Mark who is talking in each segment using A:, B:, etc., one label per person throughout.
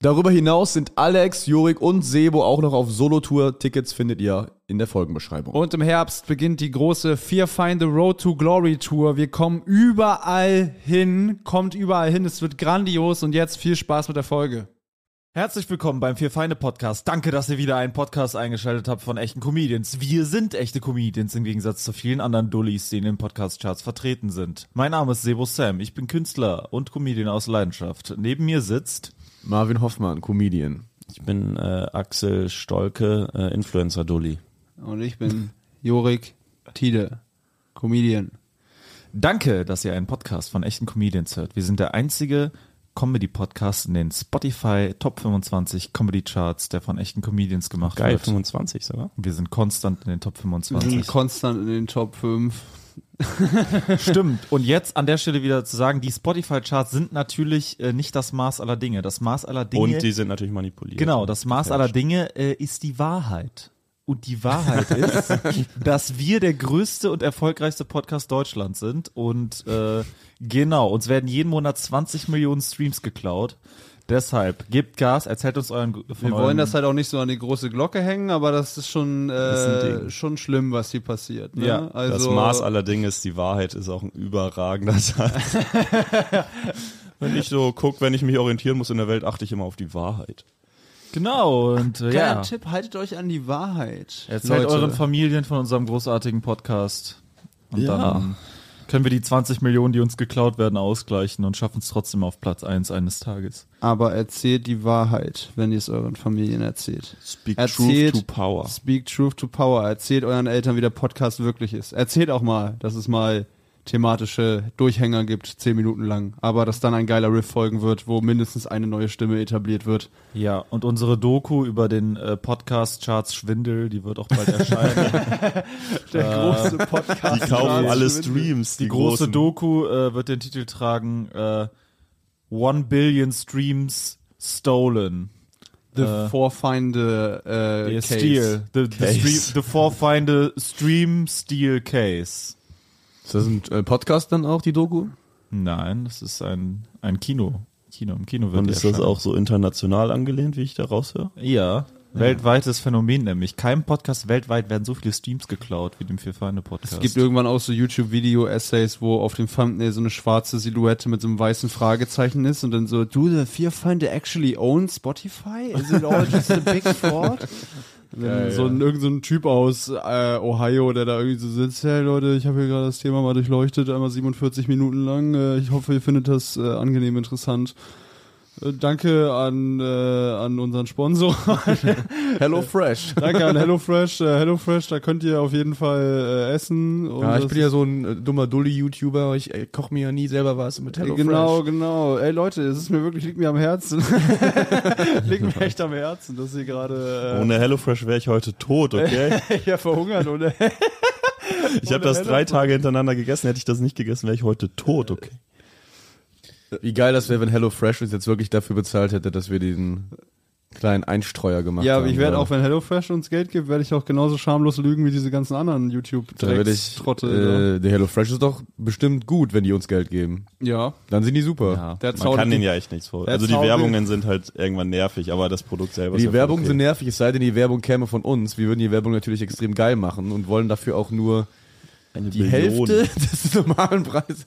A: Darüber hinaus sind Alex, Jurik und Sebo auch noch auf Solo-Tour. Tickets findet ihr in der Folgenbeschreibung.
B: Und im Herbst beginnt die große Fear Find the Road to Glory Tour. Wir kommen überall hin, kommt überall hin. Es wird grandios und jetzt viel Spaß mit der Folge.
C: Herzlich willkommen beim Vier Feinde Podcast. Danke, dass ihr wieder einen Podcast eingeschaltet habt von echten Comedians. Wir sind echte Comedians im Gegensatz zu vielen anderen Dullis, die in den Podcast-Charts vertreten sind. Mein Name ist Sebo Sam. Ich bin Künstler und Comedian aus Leidenschaft. Neben mir sitzt
A: Marvin Hoffmann, Comedian.
D: Ich bin äh, Axel Stolke, äh, Influencer Dulli.
B: Und ich bin Jorik Tide, Comedian.
C: Danke, dass ihr einen Podcast von echten Comedians hört. Wir sind der einzige Comedy-Podcast in den Spotify Top 25 Comedy Charts, der von echten Comedians gemacht
D: Geil,
C: wird.
D: 25 sogar.
C: Wir sind konstant in den Top
B: Wir
C: 25.
B: sind konstant in den Top 5.
C: Stimmt. Und jetzt an der Stelle wieder zu sagen, die Spotify-Charts sind natürlich äh, nicht das Maß aller Dinge. Das Maß aller Dinge.
D: Und die sind natürlich manipuliert.
C: genau, das Maß aller
D: Gefälscht.
C: Dinge äh, ist die Wahrheit. Und die Wahrheit ist, dass wir der größte und erfolgreichste Podcast Deutschlands sind. Und äh, genau, uns werden jeden Monat 20 Millionen Streams geklaut. Deshalb gebt Gas, erzählt uns euren von
B: Wir
C: euren,
B: wollen das halt auch nicht so an die große Glocke hängen, aber das ist schon,
D: ist ein
B: äh,
D: Ding.
B: schon schlimm, was hier passiert. Ne?
C: Ja,
B: also,
D: das Maß aller Dinge ist die Wahrheit, ist auch ein überragender Satz. wenn ich so gucke, wenn ich mich orientieren muss in der Welt, achte ich immer auf die Wahrheit.
C: Genau, und äh,
B: Kleiner
C: ja.
B: Tipp, haltet euch an die Wahrheit.
C: Erzählt
B: Leute.
C: euren Familien von unserem großartigen Podcast. Und
D: Ja.
C: dann können wir die 20 Millionen, die uns geklaut werden, ausgleichen und schaffen es trotzdem auf Platz 1 eines Tages.
B: Aber erzählt die Wahrheit, wenn ihr es euren Familien erzählt.
D: Speak
B: Erzählt-
D: truth to power.
B: Speak Truth to Power. Erzählt euren Eltern, wie der Podcast wirklich ist. Erzählt auch mal, dass es mal thematische Durchhänger gibt, zehn Minuten lang. Aber dass dann ein geiler Riff folgen wird, wo mindestens eine neue Stimme etabliert wird.
C: Ja, und unsere Doku über den äh, Podcast Charts Schwindel, die wird auch bald erscheinen. Äh,
B: Der große Podcast.
D: Die kaufen
C: Ja,
D: alle Streams.
C: die große
D: großen.
C: Doku äh, wird den Titel tragen äh, One Billion Streams Stolen.
B: The
C: Äh,
B: Four Feinde äh,
C: Der
B: Case.
C: Steal. The, the,
D: Case.
C: stream, the Four Feinde Stream Steal Case.
A: Ist das ein äh, Podcast dann auch, die Doku?
C: Nein, das ist ein, ein Kino. Kino, im Kino wird
D: Und
C: die
D: ist das
C: erscheinen.
D: auch so international angelehnt, wie ich da raushöre?
C: Ja. Weltweites Phänomen nämlich. Keinem Podcast weltweit werden so viele Streams geklaut wie dem Vier Feinde Podcast.
B: Es gibt irgendwann auch so YouTube-Video-Essays, wo auf dem Thumbnail so eine schwarze Silhouette mit so einem weißen Fragezeichen ist und dann so, do the vier Feinde actually own Spotify? Is it all just a big fraud? Und dann so ein, irgend so ein Typ aus äh, Ohio, der da irgendwie so sitzt, hey Leute, ich habe hier gerade das Thema mal durchleuchtet, einmal 47 Minuten lang. Äh, ich hoffe, ihr findet das äh, angenehm interessant. Äh, danke an, äh, an unseren Sponsor.
A: Hello Fresh.
B: Danke an HelloFresh. Äh, HelloFresh, da könnt ihr auf jeden Fall äh, essen. Und
A: Ja, ich
B: das
A: bin ja so ein äh, dummer Dulli-YouTuber. Ich äh, koche mir ja nie selber was mit Hello
B: genau,
A: Fresh.
B: genau. Ey Leute, es ist mir wirklich, liegt mir am Herzen. liegt mir echt am Herzen, dass ihr
C: Äh.
B: gerade
D: Ohne HelloFresh wäre ich heute tot, okay?
B: äh, ja verhungert oder
D: Ich habe das drei Tage hintereinander gegessen. Hätte ich das nicht gegessen, wäre ich heute tot, okay?
A: Wie geil das wäre, wenn Hello Fresh uns jetzt wirklich dafür bezahlt hätte, dass wir diesen kleinen Einstreuer gemacht
B: Ja,
A: haben.
B: aber ich werde
A: oder?
B: auch, wenn HelloFresh uns Geld gibt, werde ich auch genauso schamlos lügen wie diese ganzen anderen youtube
A: Da werde ich.
B: trotte
A: Äh, der Hello Fresh ist doch bestimmt gut, wenn die uns Geld geben.
B: Ja.
A: Dann sind die super.
B: Der
D: Man
B: zaudert
D: kann denen
B: die-
D: ja echt nichts vor.
B: der
D: Also die
B: zaudert-
D: Werbungen sind halt irgendwann nervig, aber das Produkt selber ist
A: Die
D: ja
A: Werbung
D: voll okay.
A: sind nervig, es sei denn, die Werbung käme von uns. Wir würden die Werbung natürlich extrem geil machen und wollen dafür auch nur
D: Eine
A: die Hälfte des normalen Preises.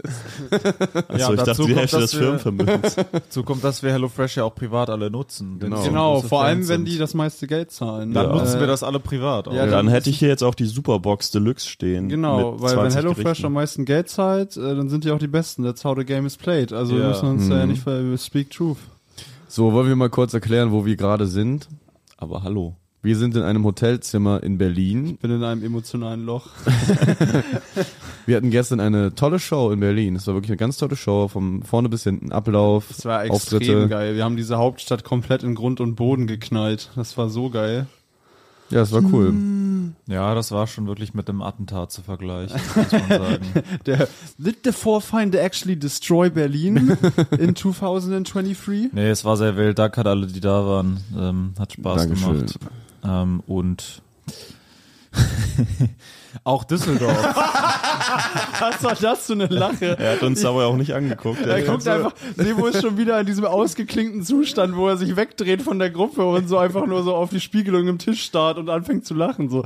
D: Achso,
C: Ja,
D: ich
C: dazu
D: dachte, die
C: kommt,
D: Hälfte
C: dass
D: des
C: wir-
D: Firmenvermögens.
C: Dazu kommt, dass wir HelloFresh ja auch privat alle nutzen. Denn
A: Genau.
C: wir
B: Genau,
C: große
B: vor allem
C: Fans
B: wenn
C: sind.
B: die das meiste Geld zahlen.
C: Dann
D: Ja.
C: nutzen wir
B: Äh,
C: das alle privat auch.
B: Ja,
D: dann
B: dann-
D: hätte ich hier jetzt auch die Superbox Deluxe stehen.
B: Genau,
D: mit
B: weil wenn
D: 20
B: HelloFresh
D: Gerichten.
B: am meisten Geld zahlt, äh, dann sind die auch die Besten. That's how the game is played. Also wir
C: Ja.
B: müssen uns da
D: Mhm.
B: ja nicht ver speak truth.
A: So, wollen wir mal kurz erklären, wo wir gerade sind?
D: Aber hallo.
A: Wir sind in einem Hotelzimmer in Berlin.
B: Bin in einem emotionalen Loch.
A: Wir hatten gestern eine tolle Show in Berlin. Es war wirklich eine ganz tolle Show, von vorne bis hinten. Ablauf,
B: Das war extrem
A: Auftritte.
B: geil. Wir haben diese Hauptstadt komplett in Grund und Boden geknallt. Das war so geil.
A: Ja, das war cool.
C: Ja, das war schon wirklich mit einem Attentat zu vergleichen, muss man sagen.
B: Der, did the four find actually destroy Berlin in 2023?
C: Nee, es war sehr wild. Danke an alle, die da waren. Ähm, hat Spaß
A: Dankeschön.
C: gemacht. Ähm, und auch Düsseldorf.
B: Was war das für eine Lache?
D: Er hat uns aber auch nicht angeguckt.
B: Er guckt einfach, Nemo ist schon wieder in diesem ausgeklingten Zustand, wo er sich wegdreht von der Gruppe und so einfach nur so auf die Spiegelung im Tisch starrt und anfängt zu lachen. So,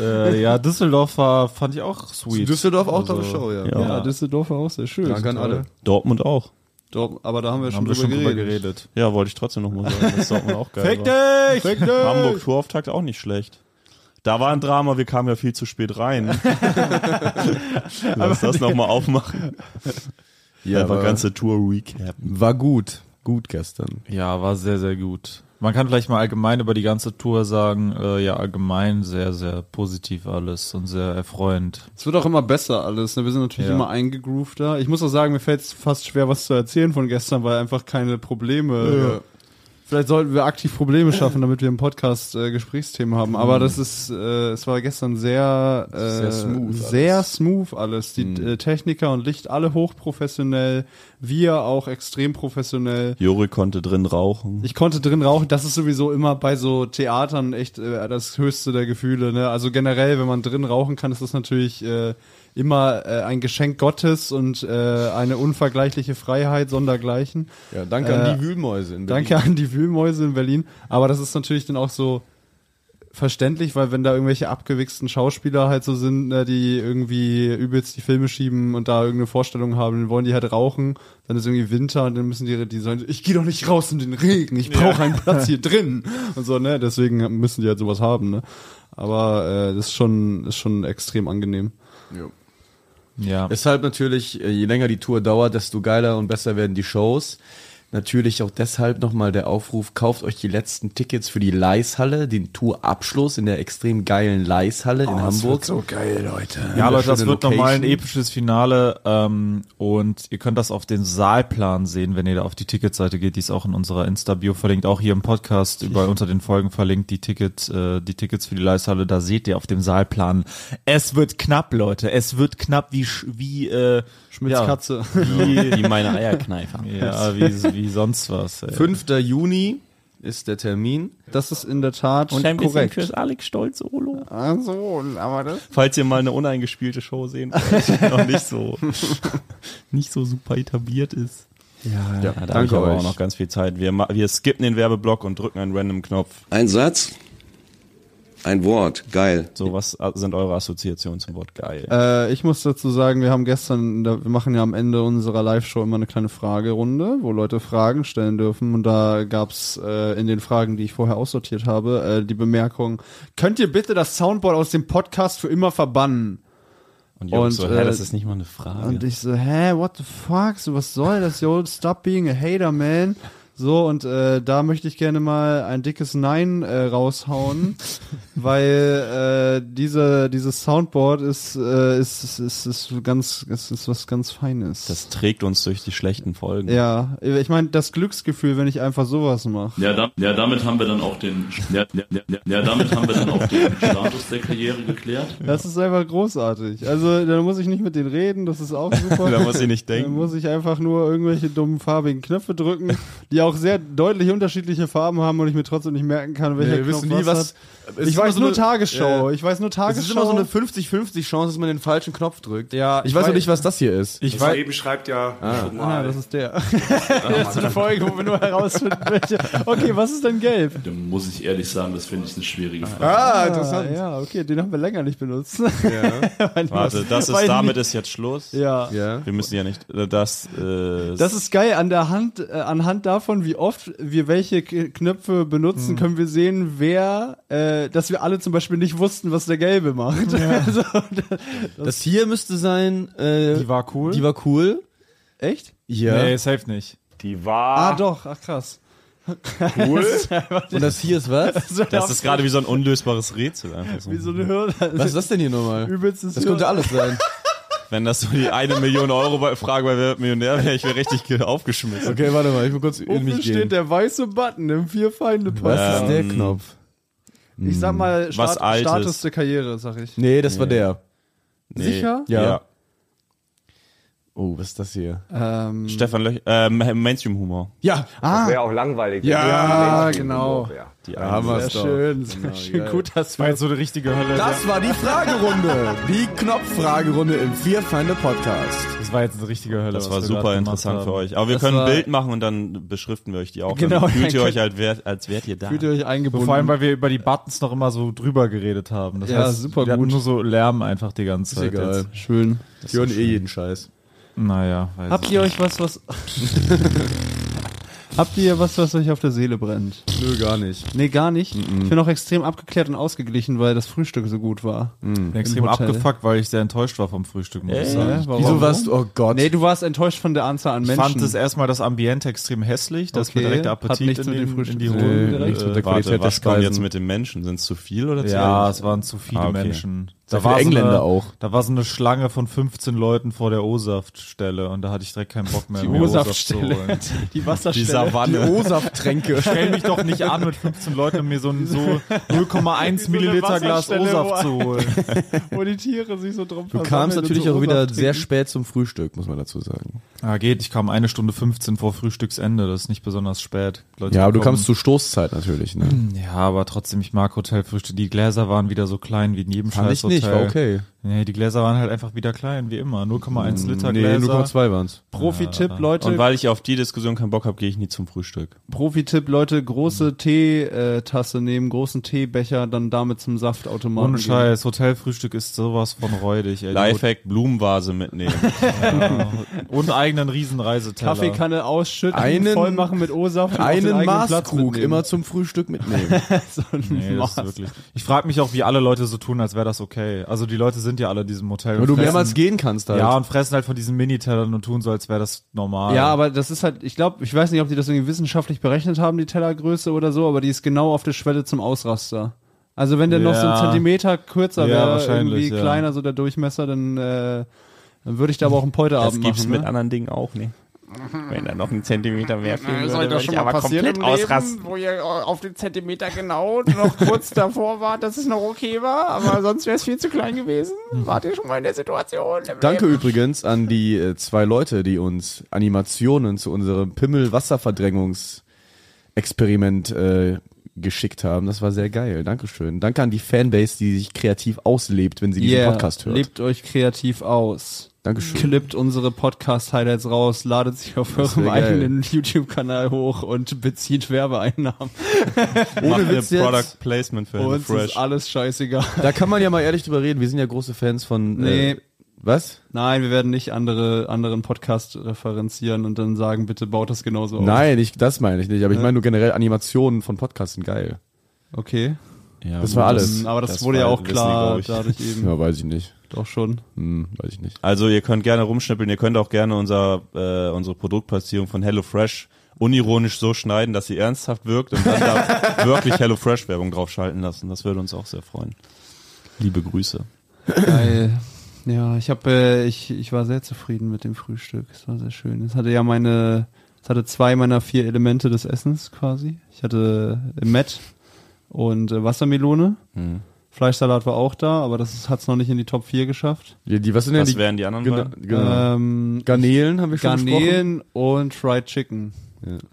C: äh, ja, Düsseldorf war, fand ich auch sweet.
A: Düsseldorf auch
C: Also,
A: also, Show, ja.
D: Ja.
B: ja, Düsseldorf war auch sehr schön. Äh,
A: Danke an alle.
D: Dortmund auch.
B: Doch, aber da haben wir schon,
C: haben wir
B: drüber,
C: schon drüber
B: geredet.
C: geredet.
D: Ja, wollte ich trotzdem nochmal sagen, dass Dortmund auch geil war.
C: dich!
D: Hamburg Tourauftakt auch nicht schlecht. Da war ein Drama, wir kamen ja viel zu spät rein. Lass das nochmal aufmachen.
A: Ja,
D: Einfach
A: war,
D: ganze Tour recap.
A: war gut. Gut gestern.
C: Ja, war sehr, sehr gut. Man kann vielleicht mal allgemein über die ganze Tour sagen, äh, ja, allgemein sehr, sehr positiv alles und sehr erfreuend.
B: Es wird auch immer besser alles. Ne? Wir sind natürlich
C: Ja.
B: immer eingegroovter. Ich muss auch sagen, mir fällt es fast schwer, was zu erzählen von gestern, weil einfach keine Probleme. äh, Vielleicht sollten wir aktiv Probleme schaffen, damit wir im Podcast äh, Gesprächsthemen haben. Aber das ist, äh, es war gestern sehr, äh,
A: Sehr smooth alles.
B: sehr smooth alles. Die äh, Techniker und Licht alle hochprofessionell, wir auch extrem professionell.
D: Juri konnte drin rauchen.
B: Ich konnte drin rauchen, das ist sowieso immer bei so Theatern echt äh, das höchste der Gefühle. Ne? Also generell, wenn man drin rauchen kann, ist das natürlich äh, immer äh, ein Geschenk Gottes und äh, eine unvergleichliche Freiheit sondergleichen.
A: Ja, danke
B: Äh,
A: an die Wühlmäuse in Berlin.
B: Danke an die Wühlmäuse in Berlin. Aber das ist natürlich dann auch so verständlich, weil wenn da irgendwelche abgewichsten Schauspieler halt so sind, ne, die irgendwie übelst die Filme schieben und da irgendeine Vorstellung haben, dann wollen die halt rauchen, dann ist irgendwie Winter und dann müssen die, die sagen, ich gehe doch nicht raus in den Regen, ich brauche einen Platz hier drin und so, ne, deswegen müssen die halt sowas haben, ne. Aber äh, das ist schon, ist schon extrem angenehm.
A: Ja.
C: Ja.
A: Deshalb natürlich, äh, je länger die Tour dauert, desto geiler und besser werden die Shows. Natürlich auch deshalb nochmal der Aufruf, kauft euch die letzten Tickets für die Leishalle, den Tourabschluss in der extrem geilen Leishalle in Hamburg.
B: Oh, so geil, Leute.
C: Ja, Leute, das wird
A: Location.
C: nochmal ein episches Finale ähm, und ihr könnt das auf den Saalplan sehen, wenn ihr da auf die Ticketseite geht, die ist auch in unserer Insta-Bio verlinkt, auch hier im Podcast, überall unter den Folgen verlinkt, die, Ticket, äh, die Tickets für die Leisthalle, da seht ihr auf dem Saalplan, es wird knapp, Leute, es wird knapp wie, Sch- wie äh,
B: Schmidts
C: ja,
B: Katze.
C: Wie,
D: Wie meine Eierkneifer.
C: ja, wie, wie sonst was. Ey.
A: 5. Juni ist der Termin.
B: Das ist in der Tat korrekt.
D: Alex Stolz Solo.
B: Ach so, aber das
D: Ah. Falls ihr mal eine uneingespielte Show sehen wollt, die noch nicht so, nicht so super etabliert ist.
B: Ja,
D: Ja, da habe ich
A: danke
D: aber auch
A: euch.
D: noch ganz viel Zeit. Wir, ma- wir skippen den Werbeblock und drücken einen random Knopf.
E: Ein Satz, ein Wort, geil.
D: So, was a- sind eure Assoziationen zum Wort geil?
B: Äh, ich muss dazu sagen, wir haben gestern, da- wir machen ja am Ende unserer Live-Show immer eine kleine Fragerunde, wo Leute Fragen stellen dürfen. Und da gab's äh, in den Fragen, die ich vorher aussortiert habe, äh, die Bemerkung, könnt ihr bitte das Soundboard aus dem Podcast für immer verbannen?
D: und Jungs,
B: und,
D: so, hä,
B: äh,
D: das ist nicht mal eine Frage.
B: Und ich so, hä, what the fuck? So, was soll das? Yo, stop being a hater, man. So, und äh, da möchte ich gerne mal ein dickes Nein äh, raushauen, weil äh, diese, dieses Soundboard ist, äh, ist, ist, ist, ist ganz, ist, ist was ganz Feines.
D: das trägt uns durch die schlechten Folgen.
B: ja, ich meine, das Glücksgefühl, wenn ich einfach sowas mache.
F: Ja, da, ja, damit haben wir dann auch den, ja, ja, ja, ja, damit haben wir dann auch den Status der Karriere geklärt.
B: Das ist einfach großartig. Also, da muss ich nicht mit denen reden, das ist auch super.
D: Da muss ich nicht
B: Dann
D: denken.
B: muss ich einfach nur irgendwelche dummen farbigen Knöpfe drücken, die auch sehr deutlich unterschiedliche Farben haben und ich mir trotzdem nicht merken kann, welcher
A: wir
B: Knopf
A: wissen nie, was.
B: Hat. Ich weiß nur Tagesschau. ich weiß nur
A: Es
B: Tagesschau.
A: ist immer so eine 50-50 Chance, dass man den falschen Knopf drückt.
B: Ja,
A: Ich
B: ich
A: weiß auch
B: weiß-
A: nicht, was das hier ist.
C: Ich
G: Weil
C: weiß,
G: eben schreibt ja schon
B: Ah,
G: mal.
B: das ist der. das ist eine Folge, wo wir nur herausfinden, welche. Okay, was ist denn gelb?
F: Dann muss ich ehrlich sagen, das finde ich eine schwierige Frage.
A: ah,
B: Ah, ja, okay, den haben wir länger nicht benutzt.
D: Warte, das ist,
B: Weil die-
D: damit ist jetzt Schluss.
B: Ja.
A: Ja.
D: Wir müssen ja nicht, äh, das, äh,
B: Das ist geil, an der Hand, äh, anhand davon, wie oft wir welche K- Knöpfe benutzen, können wir sehen, wer, äh, dass wir alle zum Beispiel nicht wussten, was der Gelbe macht. Also,
A: Das hier müsste sein. Äh,
C: die war cool.
A: Die war cool.
B: echt?
A: Ja.
C: Nee, safe nicht.
G: Die
B: Ah,
G: war
B: doch, ach krass.
G: cool.
A: Und das hier ist was?
D: das ist gerade wie so ein unlösbares Rätsel. Einfach so.
B: wie so eine Hürde.
A: Was ist das denn hier nochmal?
B: Übelstes
A: Das könnte alles sein.
D: Wenn das so die eine Million Euro bei- Frage bei Wer wird Millionär wäre, ich wäre richtig ge- aufgeschmissen.
A: Okay, warte mal, ich will kurz in
B: Oben
A: mich
B: steht Ähm,
A: gehen.
B: der weiße Button im vier feinde
A: Was
B: pass
A: ist der Knopf?
B: Ich sag mal, Stat
D: Was Altes.
B: Status der Karriere, sag ich.
A: Nee, das war der.
D: Nee.
B: Sicher?
D: Ja.
A: Ja. Oh, was ist das hier?
B: Ähm,
D: Stefan Löch, äh, Mainstream-Humor.
A: Ja,
B: ah,
G: Wäre auch langweilig. wenn
B: Ja,
G: ich den
B: genau.
G: Mensch wäre.
D: Die
A: da haben
D: Eins.
A: wir
B: sehr
A: es doch.
B: schön. Sehr schön. Gut, dass wir
C: so eine richtige Hölle.
A: Das war die Fragerunde. Die Knopffragerunde im Vierfeinde Podcast.
C: Das war jetzt eine richtige Hölle.
D: Das war super interessant für euch. Aber wir
B: Das
D: können ein
B: war-
D: Bild machen und dann beschriften wir euch die auch.
B: Genau,
D: dann fühlt
B: dann
D: ihr euch als wert, als wärt ihr da.
B: fühlt ihr euch eingebunden.
C: Vor allem, weil wir über die Buttons noch immer so drüber geredet haben. Das
B: Ja,
C: heißt,
B: super
C: wir hatten
B: gut.
C: nur so Lärm einfach die ganze Zeit.
A: egal.
C: Jetzt.
B: schön.
A: Die hören eh jeden Scheiß.
C: Naja, weiß
B: Habt ihr euch was, was. Habt ihr was, was euch auf der Seele brennt?
A: Nö, gar nicht.
B: Nee, gar nicht. Ich bin auch extrem abgeklärt und ausgeglichen, weil das Frühstück so gut war.
C: ich. Bin extrem
B: im Hotel.
C: abgefuckt, weil ich sehr enttäuscht war vom Frühstück, muss ich sagen.
B: Hä? Warum?
A: Wieso warst du, oh Gott.
B: Nee, du warst enttäuscht von der Anzahl an
C: Ich
B: Menschen.
C: fand es erstmal das Ambiente extrem hässlich, dass
B: Okay,
C: mir direkt der
B: hat
C: Appetit
B: nichts
C: in,
B: mit dem
C: den,
B: Frühstück
C: in die
B: zu tun.
C: Hosen
A: Direkt mit der
D: Warte,
A: Qualität
D: was
A: der
D: kommt
A: Speisen.
D: jetzt mit den Menschen? Sind es zu viel oder zu
C: Ja,
D: wenig?
C: es waren zu viele
D: Ah, okay.
C: Menschen.
A: Sehr viele Engländer
C: so eine,
A: auch.
C: Da war so eine Schlange von 15 Leuten vor der O-Saft-Stelle und da hatte ich direkt keinen Bock mehr.
B: die
C: mir O-Saft
B: O-Saft-Stelle.
C: zu holen.
B: die Wasserstelle.
A: Savanne. Die O-Saft-Tränke.
C: Stell mich doch nicht an, mit 15 Leuten um mir so ein so 0,1
B: eine
C: Milliliter Glas
B: Wasserstelle,
C: O-Saft
B: wo-
C: zu holen.
B: wo die Tiere sich so drum
A: Du kamst natürlich auch wieder sehr spät zum Frühstück, muss man dazu sagen.
C: Ah, geht, ich kam eine Stunde 15 vor Frühstücksende, das ist nicht besonders spät. Leute
A: Ja, aber du
C: kommen-
A: kamst zu Stoßzeit natürlich, ne?
B: Hm,
C: Ja, aber trotzdem, ich mag Hotelfrühstück. Die Gläser waren wieder so klein wie in jedem
A: Fand ich
C: Scheißhotel.
A: nicht, war okay.
C: Nee, die Gläser waren halt einfach wieder klein, wie immer. 0,1 Liter
A: Nee,
C: Gläser.
A: 0,2 waren's.
B: Profi-Tipp,
D: Und
B: Leute.
D: weil ich auf die Diskussion keinen Bock habe, gehe ich nie zum Frühstück.
B: Profi-Tipp, Leute. Große Teetasse nehmen, großen Teebecher, dann damit zum Saftautomaten.
C: Ohne
B: gehen.
C: Scheiß, Hotelfrühstück ist sowas von räudig. Ey.
D: Lifehack, Blumenvase mitnehmen.
C: Und eigenen Riesenreiseteller.
B: Kaffeekanne ausschütteln,
A: Einen-
B: voll machen mit O-Saft. und auf den
A: Einen
B: eigenen Platz
A: Maßkrug
B: mitnehmen.
A: immer zum Frühstück mitnehmen.
B: so ein
C: Nee, das ist
B: Maß.
C: wirklich. Ich frage mich auch, wie alle Leute so tun, als wäre das okay. Also die Leute sind ja alle in diesem Hotel.
A: Wenn
C: und
A: du
C: fressen-
A: mehrmals gehen kannst halt.
C: Ja, und fressen halt von diesen Minitellern und tun so, als wäre das normal.
B: Ja, aber das ist halt, ich glaube, ich weiß nicht, ob die das irgendwie wissenschaftlich berechnet haben, die Tellergröße oder so, aber die ist genau auf der Schwelle zum Ausraster. Also wenn der noch so
C: Ja.
B: einen Zentimeter kürzer
C: Ja,
B: wäre,
C: wahrscheinlich,
B: irgendwie
C: ja.
B: kleiner so der Durchmesser, dann, äh, dann würde ich da aber auch einen Polterabend machen. Ne?
D: anderen Dingen auch, ne? Wenn da noch ein Zentimeter mehr fehlen würde, würde ich
H: aber komplett ausrasten. Wo ihr auf den Zentimeter genau noch kurz davor wart, dass es noch okay war, aber sonst wäre es viel zu klein gewesen. Wart ihr schon mal in der Situation? im
A: Danke
H: Leben?
A: übrigens an die äh, zwei Leute, die uns Animationen zu unserem Pimmel-Wasserverdrängungsexperiment äh, geschickt haben. Das war sehr geil. Dankeschön. Danke an die Fanbase, die sich kreativ auslebt, wenn sie diesen
B: Yeah,
A: Podcast hört.
B: lebt euch kreativ aus.
A: Dankeschön.
B: Klippt unsere Podcast-Highlights raus, ladet sie auf
A: wär
B: eurem
A: geil.
B: eigenen YouTube-Kanal hoch und bezieht Werbeeinnahmen.
D: Ohne
A: Witz jetzt.
D: Product Placement für
B: Uns
D: HelloFresh.
B: ist alles scheißegal.
A: Da kann man ja mal ehrlich drüber reden. Wir sind ja große Fans von. Äh,
B: Nee.
A: was?
B: Nein, wir werden nicht andere, anderen Podcast referenzieren und dann sagen, bitte baut das genauso auf.
A: Nein, ich, das meine ich nicht. Aber ich meine nur generell Animationen von Podcasts sind geil.
B: Okay. Ähm,
D: Ja,
A: Das
D: gut,
A: war alles.
B: Aber das,
D: das
B: wurde ja
D: war-
B: auch
D: wissen die, glaub
B: klar
D: ich.
B: dadurch eben.
A: Ja, weiß ich nicht.
B: Doch schon.
A: Hm, weiß ich nicht.
D: Also ihr könnt gerne rumschnippeln, ihr könnt auch gerne unser, äh, unsere Produktplatzierung von HelloFresh unironisch so schneiden, dass sie ernsthaft wirkt und dann da wirklich HelloFresh-Werbung draufschalten lassen. Das würde uns auch sehr freuen. Liebe Grüße.
B: Geil. Ja, ich habe, äh, ich, ich war sehr zufrieden mit dem Frühstück. Es war sehr schön. Es hatte ja meine, es hatte zwei meiner vier Elemente des Essens quasi. Ich hatte äh, Met und äh, Wassermelone.
A: Mhm.
B: Fleischsalat war auch da, aber das hat es noch nicht in die Top 4 geschafft.
A: Die, die, was sind denn
D: Was äh,
A: die?
D: wären die anderen
A: Genau,
D: beiden?
A: genau.
B: Ähm,
A: Garnelen haben wir schon gesprochen.
B: Garnelen und Fried Chicken.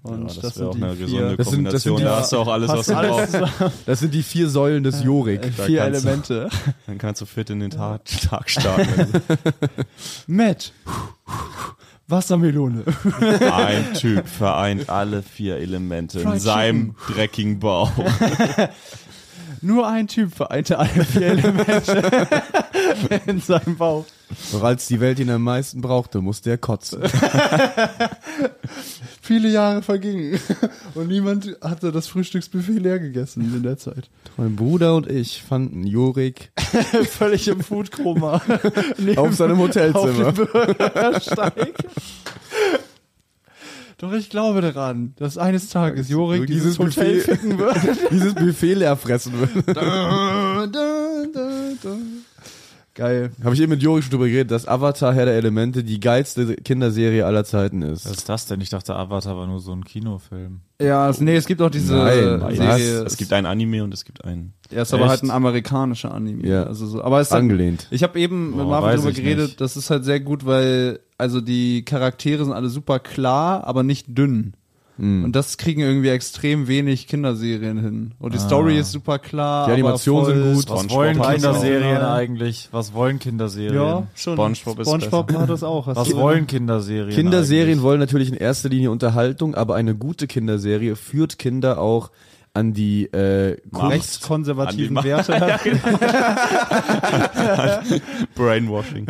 B: Und
D: Ja,
B: das,
D: das wäre
B: sind
D: auch
B: die
D: eine gesunde
B: vier,
A: Das sind- das sind
D: Kombination.
A: die-
D: da hast du auch alles, was du brauchst.
A: Das sind die vier Säulen des Jorik.
B: Äh, vier
D: kannst du-
B: Elemente.
D: Dann kannst du fit in den Tag, Tag starten.
B: Matt. Wassermelone.
D: Ein Typ vereint alle vier Elemente in
B: Fried
D: seinem dreckigen Bauch.
B: Nur ein Typ vereinte alle vier Elemente in seinem Bauch.
A: Doch als die Welt ihn am meisten brauchte, musste er kotzen.
B: Viele Jahre vergingen und niemand hatte das Frühstücksbuffet leer gegessen in der Zeit.
A: mein Bruder und ich fanden Jorik
B: Völlig im Foodkoma. Neben-
A: auf seinem Hotelzimmer.
B: Auf dem Bürgersteig. Doch ich glaube daran, dass eines Tages Jorik dieses, Hotel
A: Buffet,
B: ficken wird.
A: dieses Buffet leer fressen würde.
B: Dun, dun, dun, dun. Geil.
A: Habe ich eben mit Jori schon drüber geredet, dass Avatar Herr der Elemente die geilste Kinderserie aller Zeiten ist.
C: Was ist das denn? Ich dachte, Avatar war nur so ein Kinofilm.
B: Ja, es, nee, es gibt auch diese
A: Nein,
B: äh,
A: was?
B: Serie.
D: Es gibt ein Anime und es gibt einen.
B: Er ist aber
C: Echt?
B: halt ein amerikanischer Anime.
A: Ja.
B: Also so, aber es ist halt,
A: Angelehnt. Oh,
B: Ich habe eben mit
C: Boah,
B: Marvin
C: weiß
B: drüber
C: ich
B: geredet,
C: nicht.
B: das ist halt sehr gut, weil also die Charaktere sind alle super klar, aber nicht dünn.
A: Hm.
B: Und das kriegen irgendwie extrem wenig Kinderserien hin. Und die Story ist super klar.
A: Ah. Die Animationen
B: aber
A: sind
B: voll
A: gut.
C: Was
D: SpongeBob
C: wollen
D: hat das
C: Kinderserien
B: auch.
C: eigentlich? Was wollen Kinderserien?
B: Ja, schon.
D: SpongeBob ist
B: SpongeBob hat das auch. Hast
C: Was
B: du-
C: wollen Kinderserien?
A: Kinderserien
C: eigentlich?
A: wollen natürlich in erster Linie Unterhaltung, aber eine gute Kinderserie führt Kinder auch an die äh, Kunst.
B: rechtskonservativen
D: An die
B: Werte.
D: Brainwashing.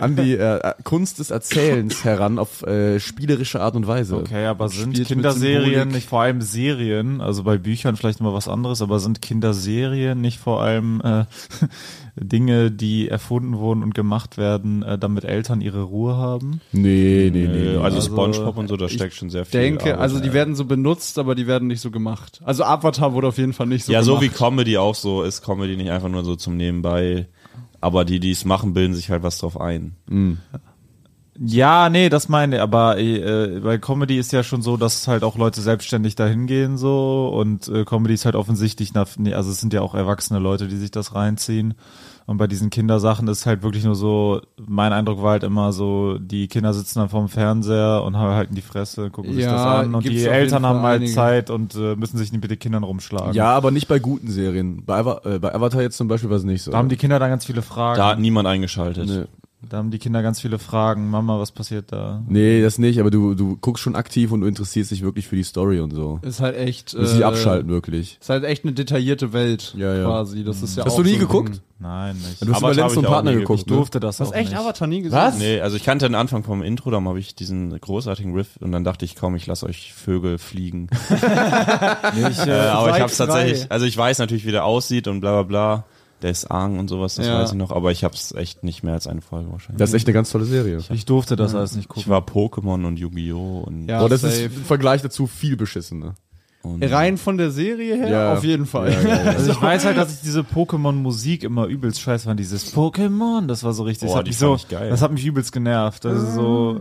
A: an die äh, Kunst des Erzählens heran auf äh, spielerische Art und Weise.
C: Okay, aber sind
A: Spielt mit
C: Kinderserien
A: Symbolik.
C: nicht vor allem Serien, also bei Büchern vielleicht mal was anderes, aber sind Kinderserien nicht vor allem äh, Dinge, die erfunden wurden und gemacht werden, äh, damit Eltern ihre Ruhe haben?
A: Nee, nee, nee. nee.
D: Also,
A: Also,
D: SpongeBob und so, da steckt schon sehr viel.
B: denke,
D: Arbeit
B: also die
D: rein.
B: werden so benutzt, aber die werden nicht so gemacht. Also Avatar wurde auf jeden Fall nicht so
D: ja, so
B: gemacht.
D: wie Comedy auch so ist Comedy nicht einfach nur so zum Nebenbei. Aber die, die es machen, bilden sich halt was drauf ein.
C: Ja, nee, das meine ich, aber äh, bei Comedy ist ja schon so, dass halt auch Leute selbstständig dahin gehen so und äh, Comedy ist halt offensichtlich, nach, nee, also es sind ja auch erwachsene Leute, die sich das reinziehen und bei diesen Kindersachen ist halt wirklich nur so, mein Eindruck war halt immer so, die Kinder sitzen dann vorm Fernseher und haben- halten die Fresse, gucken sich
B: Ja,
C: das an und
B: gibt's
C: die
B: auf jeden
C: Eltern haben
B: Fall
C: halt
B: einige.
C: Zeit und äh, müssen sich nicht mit den Kindern rumschlagen.
A: ja, aber nicht bei guten Serien. Bei, Ava äh, bei Avatar jetzt zum Beispiel war es nicht so.
C: Da haben die Kinder dann ganz viele Fragen.
D: Da hat niemand eingeschaltet.
A: Nö.
C: da haben die Kinder ganz viele Fragen. Mama, was passiert da?
A: nee, das nicht, aber du, du guckst schon aktiv und du interessierst dich wirklich für die Story und so.
B: ist halt echt.
A: Du musst dich abschalten, wirklich.
B: Ist halt echt eine detaillierte Welt
A: Ja, ja.
B: quasi. Das ist ja
A: Hast
B: auch
A: du nie
B: so ein
A: geguckt?
B: Ding.
C: Nein, nicht.
A: Du hast aber
D: Aber das
A: letztens
D: hab
A: einen
D: ich auch
A: Partner
D: nie
A: geguckt,
C: ich
A: ne?
C: durfte das
B: Du hast
C: auch
B: echt
C: nicht.
B: Avatar nie gesehen? Was?
D: Nee, also ich kannte den Anfang vom Intro, darum habe ich diesen großartigen Riff und dann dachte ich, komm, ich lasse euch Vögel fliegen. äh, aber ich
B: Seid
D: habe es tatsächlich,
B: frei.
D: also ich weiß natürlich, wie der aussieht und bla bla bla. Der ist Aang und sowas, das
B: Ja.
D: weiß ich noch, aber ich habe es echt nicht mehr als eine Folge wahrscheinlich.
A: ne? Das ist echt eine ganz tolle Serie.
C: Ich durfte das alles nicht gucken.
D: ich war Pokémon und Yu-Gi-Oh! und
B: Ja,
A: Boah, das
B: safe.
A: ist im Vergleich dazu viel ne? beschissener.
B: Rein von der Serie her?
A: Ja.
B: Auf jeden Fall.
C: Also ich weiß halt, dass ich diese Pokémon-Musik immer übelst scheiße fand. Dieses Pokémon, das war so richtig. das,
D: Boah,
C: hat
D: die
C: mich so,
D: fand ich geil. Mhm.
C: das hat mich übelst genervt. Das ist so.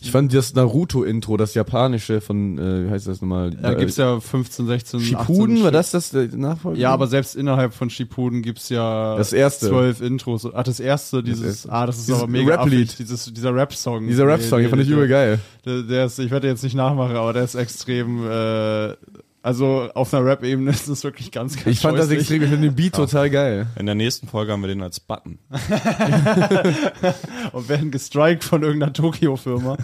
A: Ich fand das Naruto-Intro, das japanische von, äh, wie heißt das nochmal?
B: Da
A: Äh,
B: gibt's ja 15, 16, 18
A: Shippuden, war
B: Stück.
A: das das äh, Nachfolger?
B: Ja, aber selbst innerhalb von Shippuden gibt's ja
A: Das erste.
B: zwölf Intros. Ah, das erste, dieses,
A: erste.
B: ah, das ist
A: Dieses
B: aber mega
A: Rap-Lied.
B: affig, dieses, dieser Rap-Song.
A: Dieser Rap-Song, den fand ich übel geil.
B: Der, der ist, ich werde jetzt nicht nachmachen, aber der ist extrem, äh, also auf einer Rap-Ebene ist es wirklich ganz, ganz
A: Ich fand das
B: scheußlich.
A: extrem, ich finde den Beat total geil.
D: In der nächsten Folge haben wir den als Button.
B: Und werden gestrikt von irgendeiner Tokio-Firma.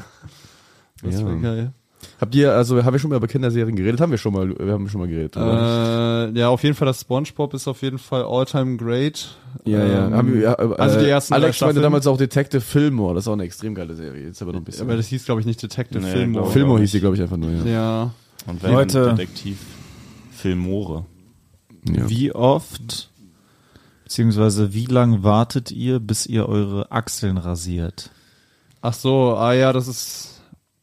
B: Das
A: Ja.
B: wär geil.
A: Habt ihr, also, haben wir schon mal über Kinderserien geredet? Haben wir schon mal, wir haben schon mal geredet, oder?
B: Äh, ja, auf jeden Fall, das Spongebob ist auf jeden Fall all-time great. Ähm,
A: Haben wir, ja, äh,
B: also die ersten drei
A: Alex meinte
B: Staffeln.
A: damals auch Detective Fillmore, das ist auch eine extrem geile Serie. Ist aber noch ein bisschen.
B: aber das hieß, glaube ich, nicht Detective
D: Nee,
B: Fillmore.
D: glaub ich
A: Fillmore hieß die, glaube ich, einfach nur, ja.
B: Ja.
D: Und wenn
C: Leute.
D: dann Detektiv Filmore.
A: Ja.
C: Wie oft, beziehungsweise wie lang wartet ihr, bis ihr eure Achseln rasiert?
B: Ach so, ah ja, das ist.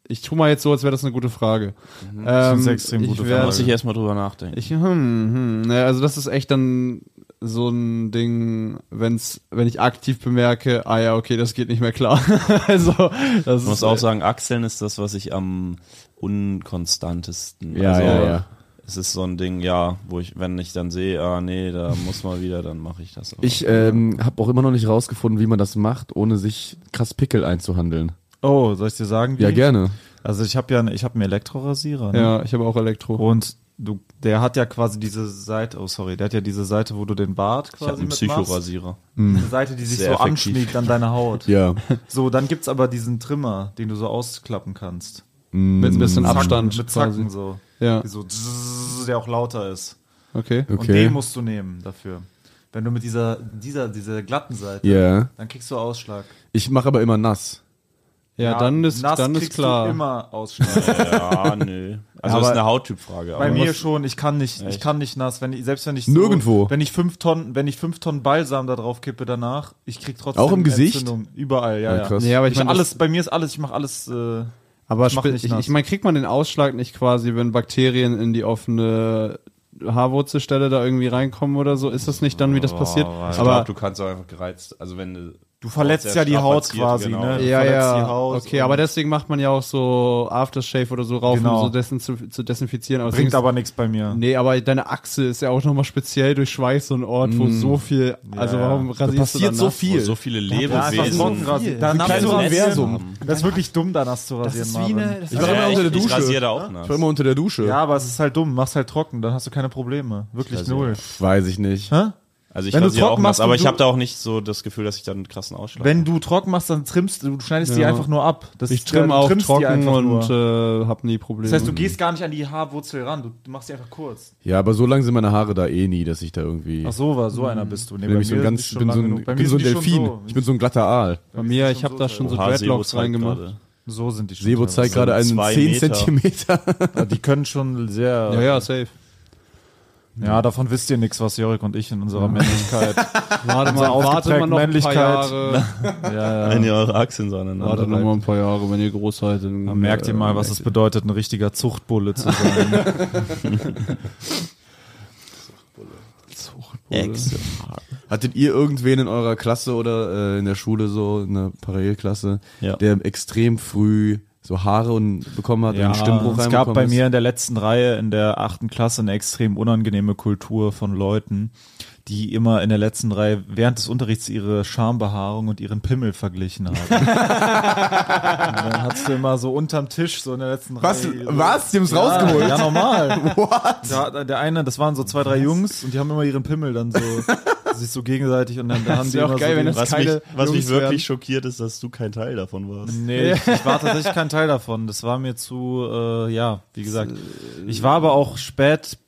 B: Ich tu mal jetzt so, als wäre das eine gute Frage. Ähm,
C: Mhm. ist eine extrem
B: ich
C: gute
B: werd-
C: Frage.
D: Muss ich erstmal drüber nachdenken.
B: Ich, hm, hm, naja, also das ist echt dann so ein Ding, wenn's, wenn ich aktiv bemerke, ah ja, okay, das geht nicht mehr klar. also, das
D: Ich
B: ist,
D: muss auch sagen, Achseln ist das, was ich am unkonstantesten. also
A: Ja, ja, ja.
D: Es ist so ein Ding, ja, wo ich, wenn ich dann sehe, ah nee, da muss mal wieder, dann mache ich das auch.
A: Ich ähm, habe auch immer noch nicht rausgefunden, wie man das macht, ohne sich krass Pickel einzuhandeln.
C: Oh, soll ich dir sagen? wie?
A: Ja, gerne.
C: Also ich habe ja, ich habe einen Elektrorasierer. Ne?
B: Ja, ich habe auch Elektro.
C: Und du, der hat ja quasi diese Seite. Oh, sorry, der hat ja diese Seite, wo du den Bart
D: ich habe
C: quasi
D: einen
C: mitmachst.
D: Psychorasierer.
C: Diese Seite, die sich
D: Sehr
C: so
D: effektiv.
C: anschmiegt an deine Haut.
A: Ja.
C: So, dann gibt's aber diesen Trimmer, den du so ausklappen kannst.
B: Mit ein bisschen
C: Zacken,
B: Abstand.
C: Mit
B: quasi.
C: Zacken so.
B: Ja.
C: Die so zzzz, der auch lauter ist.
B: Okay.
C: Und
A: Okay.
C: den musst du nehmen dafür. Wenn du mit dieser, dieser, dieser glatten Seite,
A: Ja.
C: dann kriegst du Ausschlag.
A: Ich mache aber immer nass.
B: Ja, dann ist,
C: nass
B: dann ist
C: kriegst
B: klar.
C: Du immer Ausschlag.
D: Ja, nö. Also
C: Aber
D: das ist eine Hauttypfrage.
C: Bei
D: aber-
C: mir schon, ich kann nicht, ich kann nicht nass, wenn ich, selbst wenn ich so,
A: Nirgendwo.
C: wenn ich fünf Tonnen, wenn ich fünf Tonnen Balsam da drauf kippe danach, ich krieg trotzdem
A: Auch im Gesicht?
C: Entzündung. überall, ja,
A: Ja,
C: ja.
A: krass.
B: Ja, aber ich
C: Ich mach
B: meine,
C: alles, bei mir ist alles, ich mache alles. Äh,
B: Aber
C: Ich mach
B: spe-
C: nicht
B: ich,
C: nass.
B: ich meine, kriegt man den Ausschlag nicht quasi, wenn Bakterien in die offene Haarwurzelstelle da irgendwie reinkommen oder so, ist das nicht dann, wie
C: Oh,
B: das passiert?
D: Ich
B: aber
D: glaub, du kannst auch einfach gereizt, also wenn du...
C: Du verletzt
D: sehr
C: ja die Haut
D: strapaziert,
C: quasi,
D: genau.
C: ne? Du
B: ja,
C: verletzt die
B: ja.
C: Haut
B: okay,
C: und
B: aber deswegen macht man ja auch so Aftershave oder so rauf,
C: Genau.
B: um so dessen zu, zu desinfizieren. Aber
C: bringt
B: deswegen-
C: aber nichts bei mir.
B: Nee, aber deine Achse ist ja auch nochmal speziell durch Schweiß so ein Ort,
C: Mm.
B: wo so viel, also warum rasierst du Oh,
A: Passiert
B: dann
A: so
B: nass?
D: Wo
A: viel.
D: so viele
C: Ja, ist das
D: Lebewesen...
C: Morgenrasier. Danach
A: Kleines
C: zu rasieren.
A: Universum.
C: Das ist wirklich dumm, danach zu
B: Das
C: rasieren.
B: ist wie eine,
C: Marvin.
B: das
A: Ich
B: ist
A: war immer
D: Ja, ich-
A: unter der
D: ich
A: Dusche.
D: rasiere da auch
A: Ich
D: nass.
A: war immer unter der Dusche.
C: ja, aber es ist halt dumm. Mach's halt trocken, dann hast du keine Probleme. Wirklich null.
A: Weiß ich nicht.
C: Hä?
D: Also ich
C: Wenn du
D: rasiere auch
C: trocken
D: nass,
C: machst und
D: aber ich
C: du-
D: habe da auch nicht so das Gefühl, dass ich dann einen krassen Ausschlag
C: Wenn du trocken machst, dann trimmst du, du schneidest die
B: Ja.
C: einfach nur ab. Das
B: Ich
C: ist- du
B: trimme auch
C: trimmst die
B: trocken
C: einfach nur.
B: und äh, hab nie Probleme.
C: Das heißt, du gehst gar nicht an die Haarwurzel ran, du du machst die einfach kurz.
A: Ja, aber so lang sind meine Haare da eh nie, dass ich da irgendwie.
C: Ach so, war so einer bist du. Nee,
A: Ich bin nämlich so ein
C: sind die
A: ganz, ich
C: schon
A: bin so
C: lang
A: ein,
C: genug. Bei
A: ich
C: mir
A: bin so ein
C: sind die schon
A: Delfin. Ich bin so ein glatter Aal.
B: Bei mir, ich
C: schon
B: habe da
C: so
B: schon so
D: Oha, Sebo
B: Dreadlocks
D: zeigt
B: reingemacht.
D: halt gerade.
C: so sind die schon.
A: Sebo zeigt gerade einen
D: Zwei
A: 10
D: Meter.
A: Zentimeter.
C: Ja, die können schon sehr.
B: Ja, ja, safe.
C: Ja, davon wisst ihr nichts, was Jörg und ich in unserer Männlichkeit.
B: Warte mal,
C: ausgeprägten
B: warte mal noch ein paar
C: Männlichkeit.
B: Jahre.
C: ja, ja.
D: Wenn ihr eure Achseln so aneinander
B: Warte noch
D: reibt.
B: mal ein paar Jahre, wenn ihr groß seid. Dann, äh,
C: Da merkt ihr mal, was es bedeutet, ein richtiger Zuchtbulle zu sein.
A: Hattet ihr irgendwen in eurer Klasse oder äh, in der Schule so, in der Parallelklasse,
D: Ja.
A: der extrem früh so Haare und bekommen hat und einen Stimmbruch
C: es gab
A: reinbekommen
C: bei
A: ist?
C: mir in der letzten Reihe in der achten Klasse eine extrem unangenehme Kultur von Leuten, die immer in der letzten Reihe während des Unterrichts ihre Schambehaarung und ihren Pimmel verglichen haben. und dann hattest du immer so unterm Tisch so in der letzten
A: Was?
C: Reihe. so-
A: Was? Die haben's
C: Ja,
A: rausgeholt?
C: Ja, normal. What? Da, der eine, das waren so zwei, drei Jungs und die haben immer ihren Pimmel dann so sich so gegenseitig und dann, dann haben die
B: wär auch
C: immer
B: geil,
C: so
B: wenn
C: den-
B: das
D: Was mich,
B: keine
D: was mich
B: Jungs
D: wirklich
B: werden.
D: schockiert ist, dass du kein Teil davon warst.
C: Nee, ich, ich war tatsächlich kein Teil davon. Das war mir zu, äh, ja, wie gesagt. Ich war aber auch spät,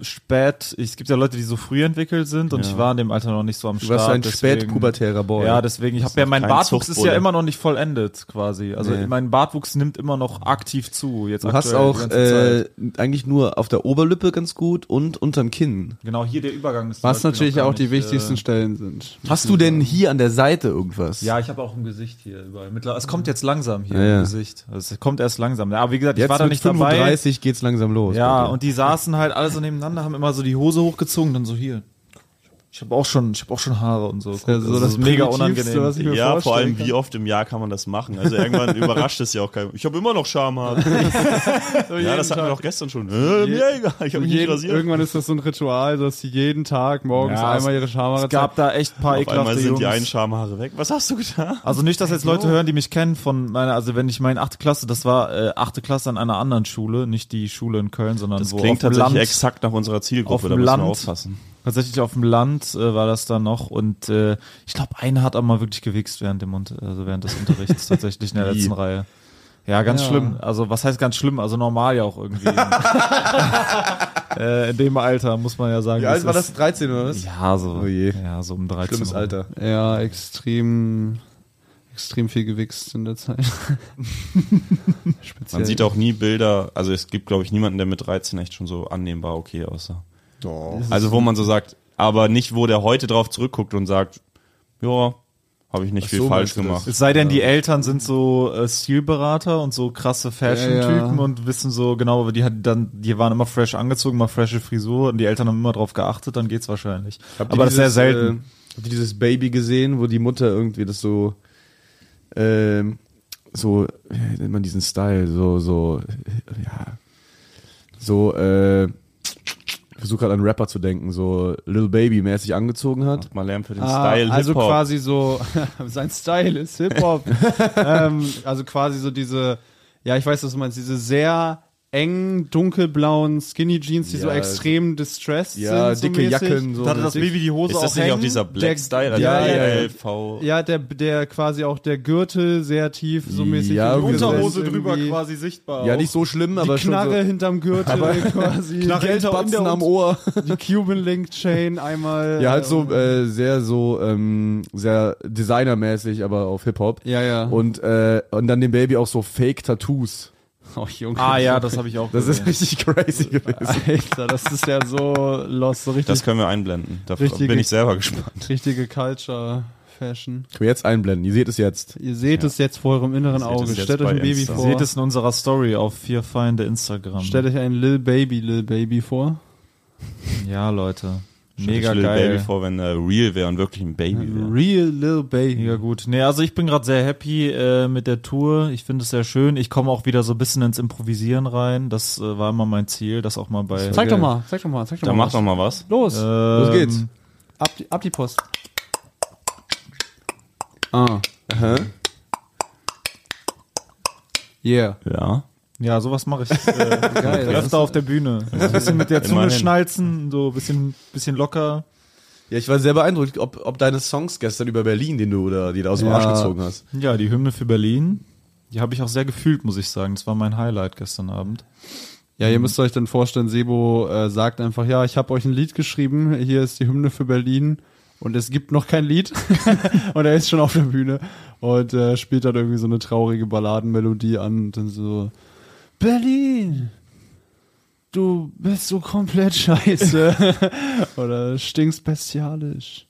C: spät, es gibt ja Leute, die so früh entwickelt sind und ich war in dem Alter noch nicht so am
A: Du
C: Start.
A: warst ein
C: deswegen-
A: spätpubertärer Boy.
C: Ja, deswegen, ich habe ja, mein
D: kein
C: Bartwuchs ist ja
D: Zuchtbulle.
C: immer noch nicht vollendet quasi. Also
A: Nee.
C: mein Bartwuchs nimmt immer noch aktiv zu. Jetzt
A: Du hast
C: aktuell die
A: auch
C: ganze Zeit.
A: äh, eigentlich nur auf der Oberlippe ganz gut und unterm Kinn.
C: Genau, hier der Übergang ist. zum
B: Was
C: Beispiel
B: natürlich
C: noch gar
B: auch die
C: nicht,
B: wichtigsten
C: Äh,
B: Stellen sind. Also
A: Hast du denn hier an der Seite irgendwas?
C: ja, ich habe auch im Gesicht hier überall. Mittler- Es kommt jetzt langsam hier
A: Ja, ja.
C: im Gesicht. Also es kommt erst langsam. Aber wie gesagt,
A: Jetzt
C: ich war da
A: mit
C: nicht dabei.
A: 35 geht's langsam los.
C: Ja,
A: bei dir.
C: und die saßen halt alle so nebeneinander, haben immer so die Hose hochgezogen, dann so hier. Ich habe auch schon, ich habe auch schon Haare und so. Guck,
B: Ja, so das
C: ist mega
B: Primitivste,
C: unangenehm.
B: was ich mir
D: Ja, vor
B: vorstellen
D: allem,
B: kann.
D: wie oft im Jahr kann man das machen? Also irgendwann überrascht es ja auch keinen. Ich habe immer noch Schamhaar. ja, das hatten wir doch gestern schon. Äh, mir egal, ich habe mich nicht
B: jeden,
D: rasiert.
B: irgendwann ist das so ein Ritual, dass sie jeden Tag morgens
C: Ja, es-
B: einmal ihre Schamhaare
C: es gab da echt ein paar
D: Auf einmal
C: ekelhafte
D: sind die einen
C: Jungs.
D: Schamhaare weg. Was hast du getan?
C: Also nicht, dass jetzt Leute hören, die mich kennen von meiner, also wenn ich meine achte Klasse, das war äh, achte Klasse an einer anderen Schule, nicht die Schule in Köln, sondern
D: Das
C: wo
D: klingt
C: auf dem
D: tatsächlich
C: Land.
D: exakt nach unserer Zielgruppe,
C: auf
D: da
C: dem
D: müssen
C: Land.
D: wir aufpassen.
C: Tatsächlich auf dem Land äh, war das dann noch und äh, ich glaube, einer hat auch mal wirklich gewichst während dem Unter- also während des Unterrichts tatsächlich in der letzten Reihe. Ja, ganz schlimm. Also was heißt ganz schlimm? Also normal ja auch irgendwie. äh, in dem Alter muss man ja sagen.
A: Wie alt war
C: ist-
A: das? 13 oder was?
C: Ja, so.
A: Oh je.
C: Ja, so um 13.
A: Schlimmes
C: rum.
A: Alter.
B: Ja, extrem, extrem viel gewichst in der Zeit. Speziell.
D: Man sieht auch nie Bilder, also es gibt, glaube ich, niemanden, der mit 13 echt schon so annehmbar okay aussah. Doch. Also wo man so sagt, aber nicht, wo der heute drauf zurückguckt und sagt, ja, habe ich nicht viel
A: so,
D: falsch
A: meinst du das?
D: gemacht.
C: Es sei denn, die Eltern sind so äh, Stilberater und so krasse Fashion-Typen
B: Ja, ja.
C: und wissen so genau, aber die hatten dann, die waren immer fresh angezogen, mal frische Frisur und die Eltern haben immer drauf geachtet, dann geht's wahrscheinlich.
A: Habt ihr
C: aber das ist sehr
A: dieses,
C: selten.
A: Äh, habt ihr dieses Baby gesehen, wo die Mutter irgendwie das so, ähm, so, wie nennt man diesen Style, so, so, äh, ja, so, äh, ich versuche gerade an einen Rapper zu denken, so Little Baby mäßig angezogen hat.
D: Macht mal Lärm für den
B: Ah,
D: Style
B: also
D: Hip-Hop.
B: quasi so, sein Style ist Hip-Hop. ähm, also quasi so diese, ja, ich weiß, was du meinst, diese sehr engen, dunkelblauen Skinny Jeans, die so
A: Ja,
B: extrem distressed
A: Ja,
B: sind.
A: dicke
B: so mäßig.
A: Jacken, so.
C: Da hatte das Baby die Hose
D: Ist das
C: auch
D: nicht
C: hängen.
D: auch dieser
B: Der-
D: Black Style? Also
B: Ja,
D: ja,
B: ja, ja.
D: LV.
B: Ja, der, der quasi auch der Gürtel sehr tief, so mäßig.
A: Ja,
B: in die
A: irgendwie so.
C: Unterhose
B: äh, irgendwie.
C: drüber quasi sichtbar.
A: ja,
C: auch.
A: nicht so schlimm,
B: Die
A: aber
B: Knarre
A: schon
B: hinterm Gürtel quasi.
A: so. Geldbatzen am Ohr.
B: Die Cuban Link Chain einmal.
A: Ja, halt so
B: ähm,
A: äh, sehr so ähm, sehr designermäßig, aber auf Hip-Hop.
B: Ja, ja.
A: Und, äh, und dann dem Baby auch so Fake-Tattoos.
B: oh, Junge.
C: Ah ja, das habe ich auch
A: Das
C: gesehen.
A: ist richtig crazy gewesen.
B: Alter, das ist ja so lost, so richtig,
D: Das können wir einblenden. Da
B: Richtige-
D: bin ich selber gespannt.
B: richtige Culture Fashion.
A: Können wir jetzt einblenden, ihr seht es jetzt.
B: Ihr seht es jetzt vor eurem inneren
D: es
B: Auge.
D: jetzt
B: Stellt euch
D: bei
B: ein Baby
D: Insta.
B: vor.
C: Seht es in unserer Story auf vier Feinde Instagram.
B: Stellt euch ein Lil Baby Lil Baby vor.
C: Ja, Leute.
D: Stell dir
C: Mega
D: Lil Baby
C: geil.
D: vor, wenn er real wäre und wirklich ein Baby wäre.
B: Real Lil Baby.
C: Mega gut. Nee, also ich bin gerade sehr happy äh, mit der Tour. Ich finde es sehr schön. Ich komme auch wieder so ein bisschen ins Improvisieren rein. Das äh, war immer mein Ziel, das auch mal bei.
B: Zeig doch mal, zeig doch mal, zeig doch
D: Dann
B: mal.
D: mach doch Äh, mal was.
B: Los,
C: Los
A: geht's.
B: ab, die- ab die Post. Ah. Yeah.
D: Ja.
C: Ja, sowas mache ich äh,
B: Geil. das ist-
C: öfter auf der Bühne. Also Ein bisschen mit der Zunge
D: Immerhin.
C: schnalzen, so ein bisschen, bisschen locker.
A: Ja, ich war sehr beeindruckt, ob, ob deine Songs gestern über Berlin, den du oder die du aus dem
B: Ja.
A: Arsch gezogen hast.
C: Ja, die Hymne für Berlin, die habe ich auch sehr gefühlt, muss ich sagen. Das war mein Highlight gestern Abend.
B: Ja,
D: Mhm.
B: ihr müsst euch dann vorstellen, Sebo äh, sagt einfach, ja, ich habe euch ein Lied geschrieben, hier ist die Hymne für Berlin und es gibt noch kein Lied und er ist schon auf der Bühne und äh, spielt dann irgendwie so eine traurige Balladenmelodie an und dann so, Berlin, du bist so komplett scheiße oder stinkst bestialisch.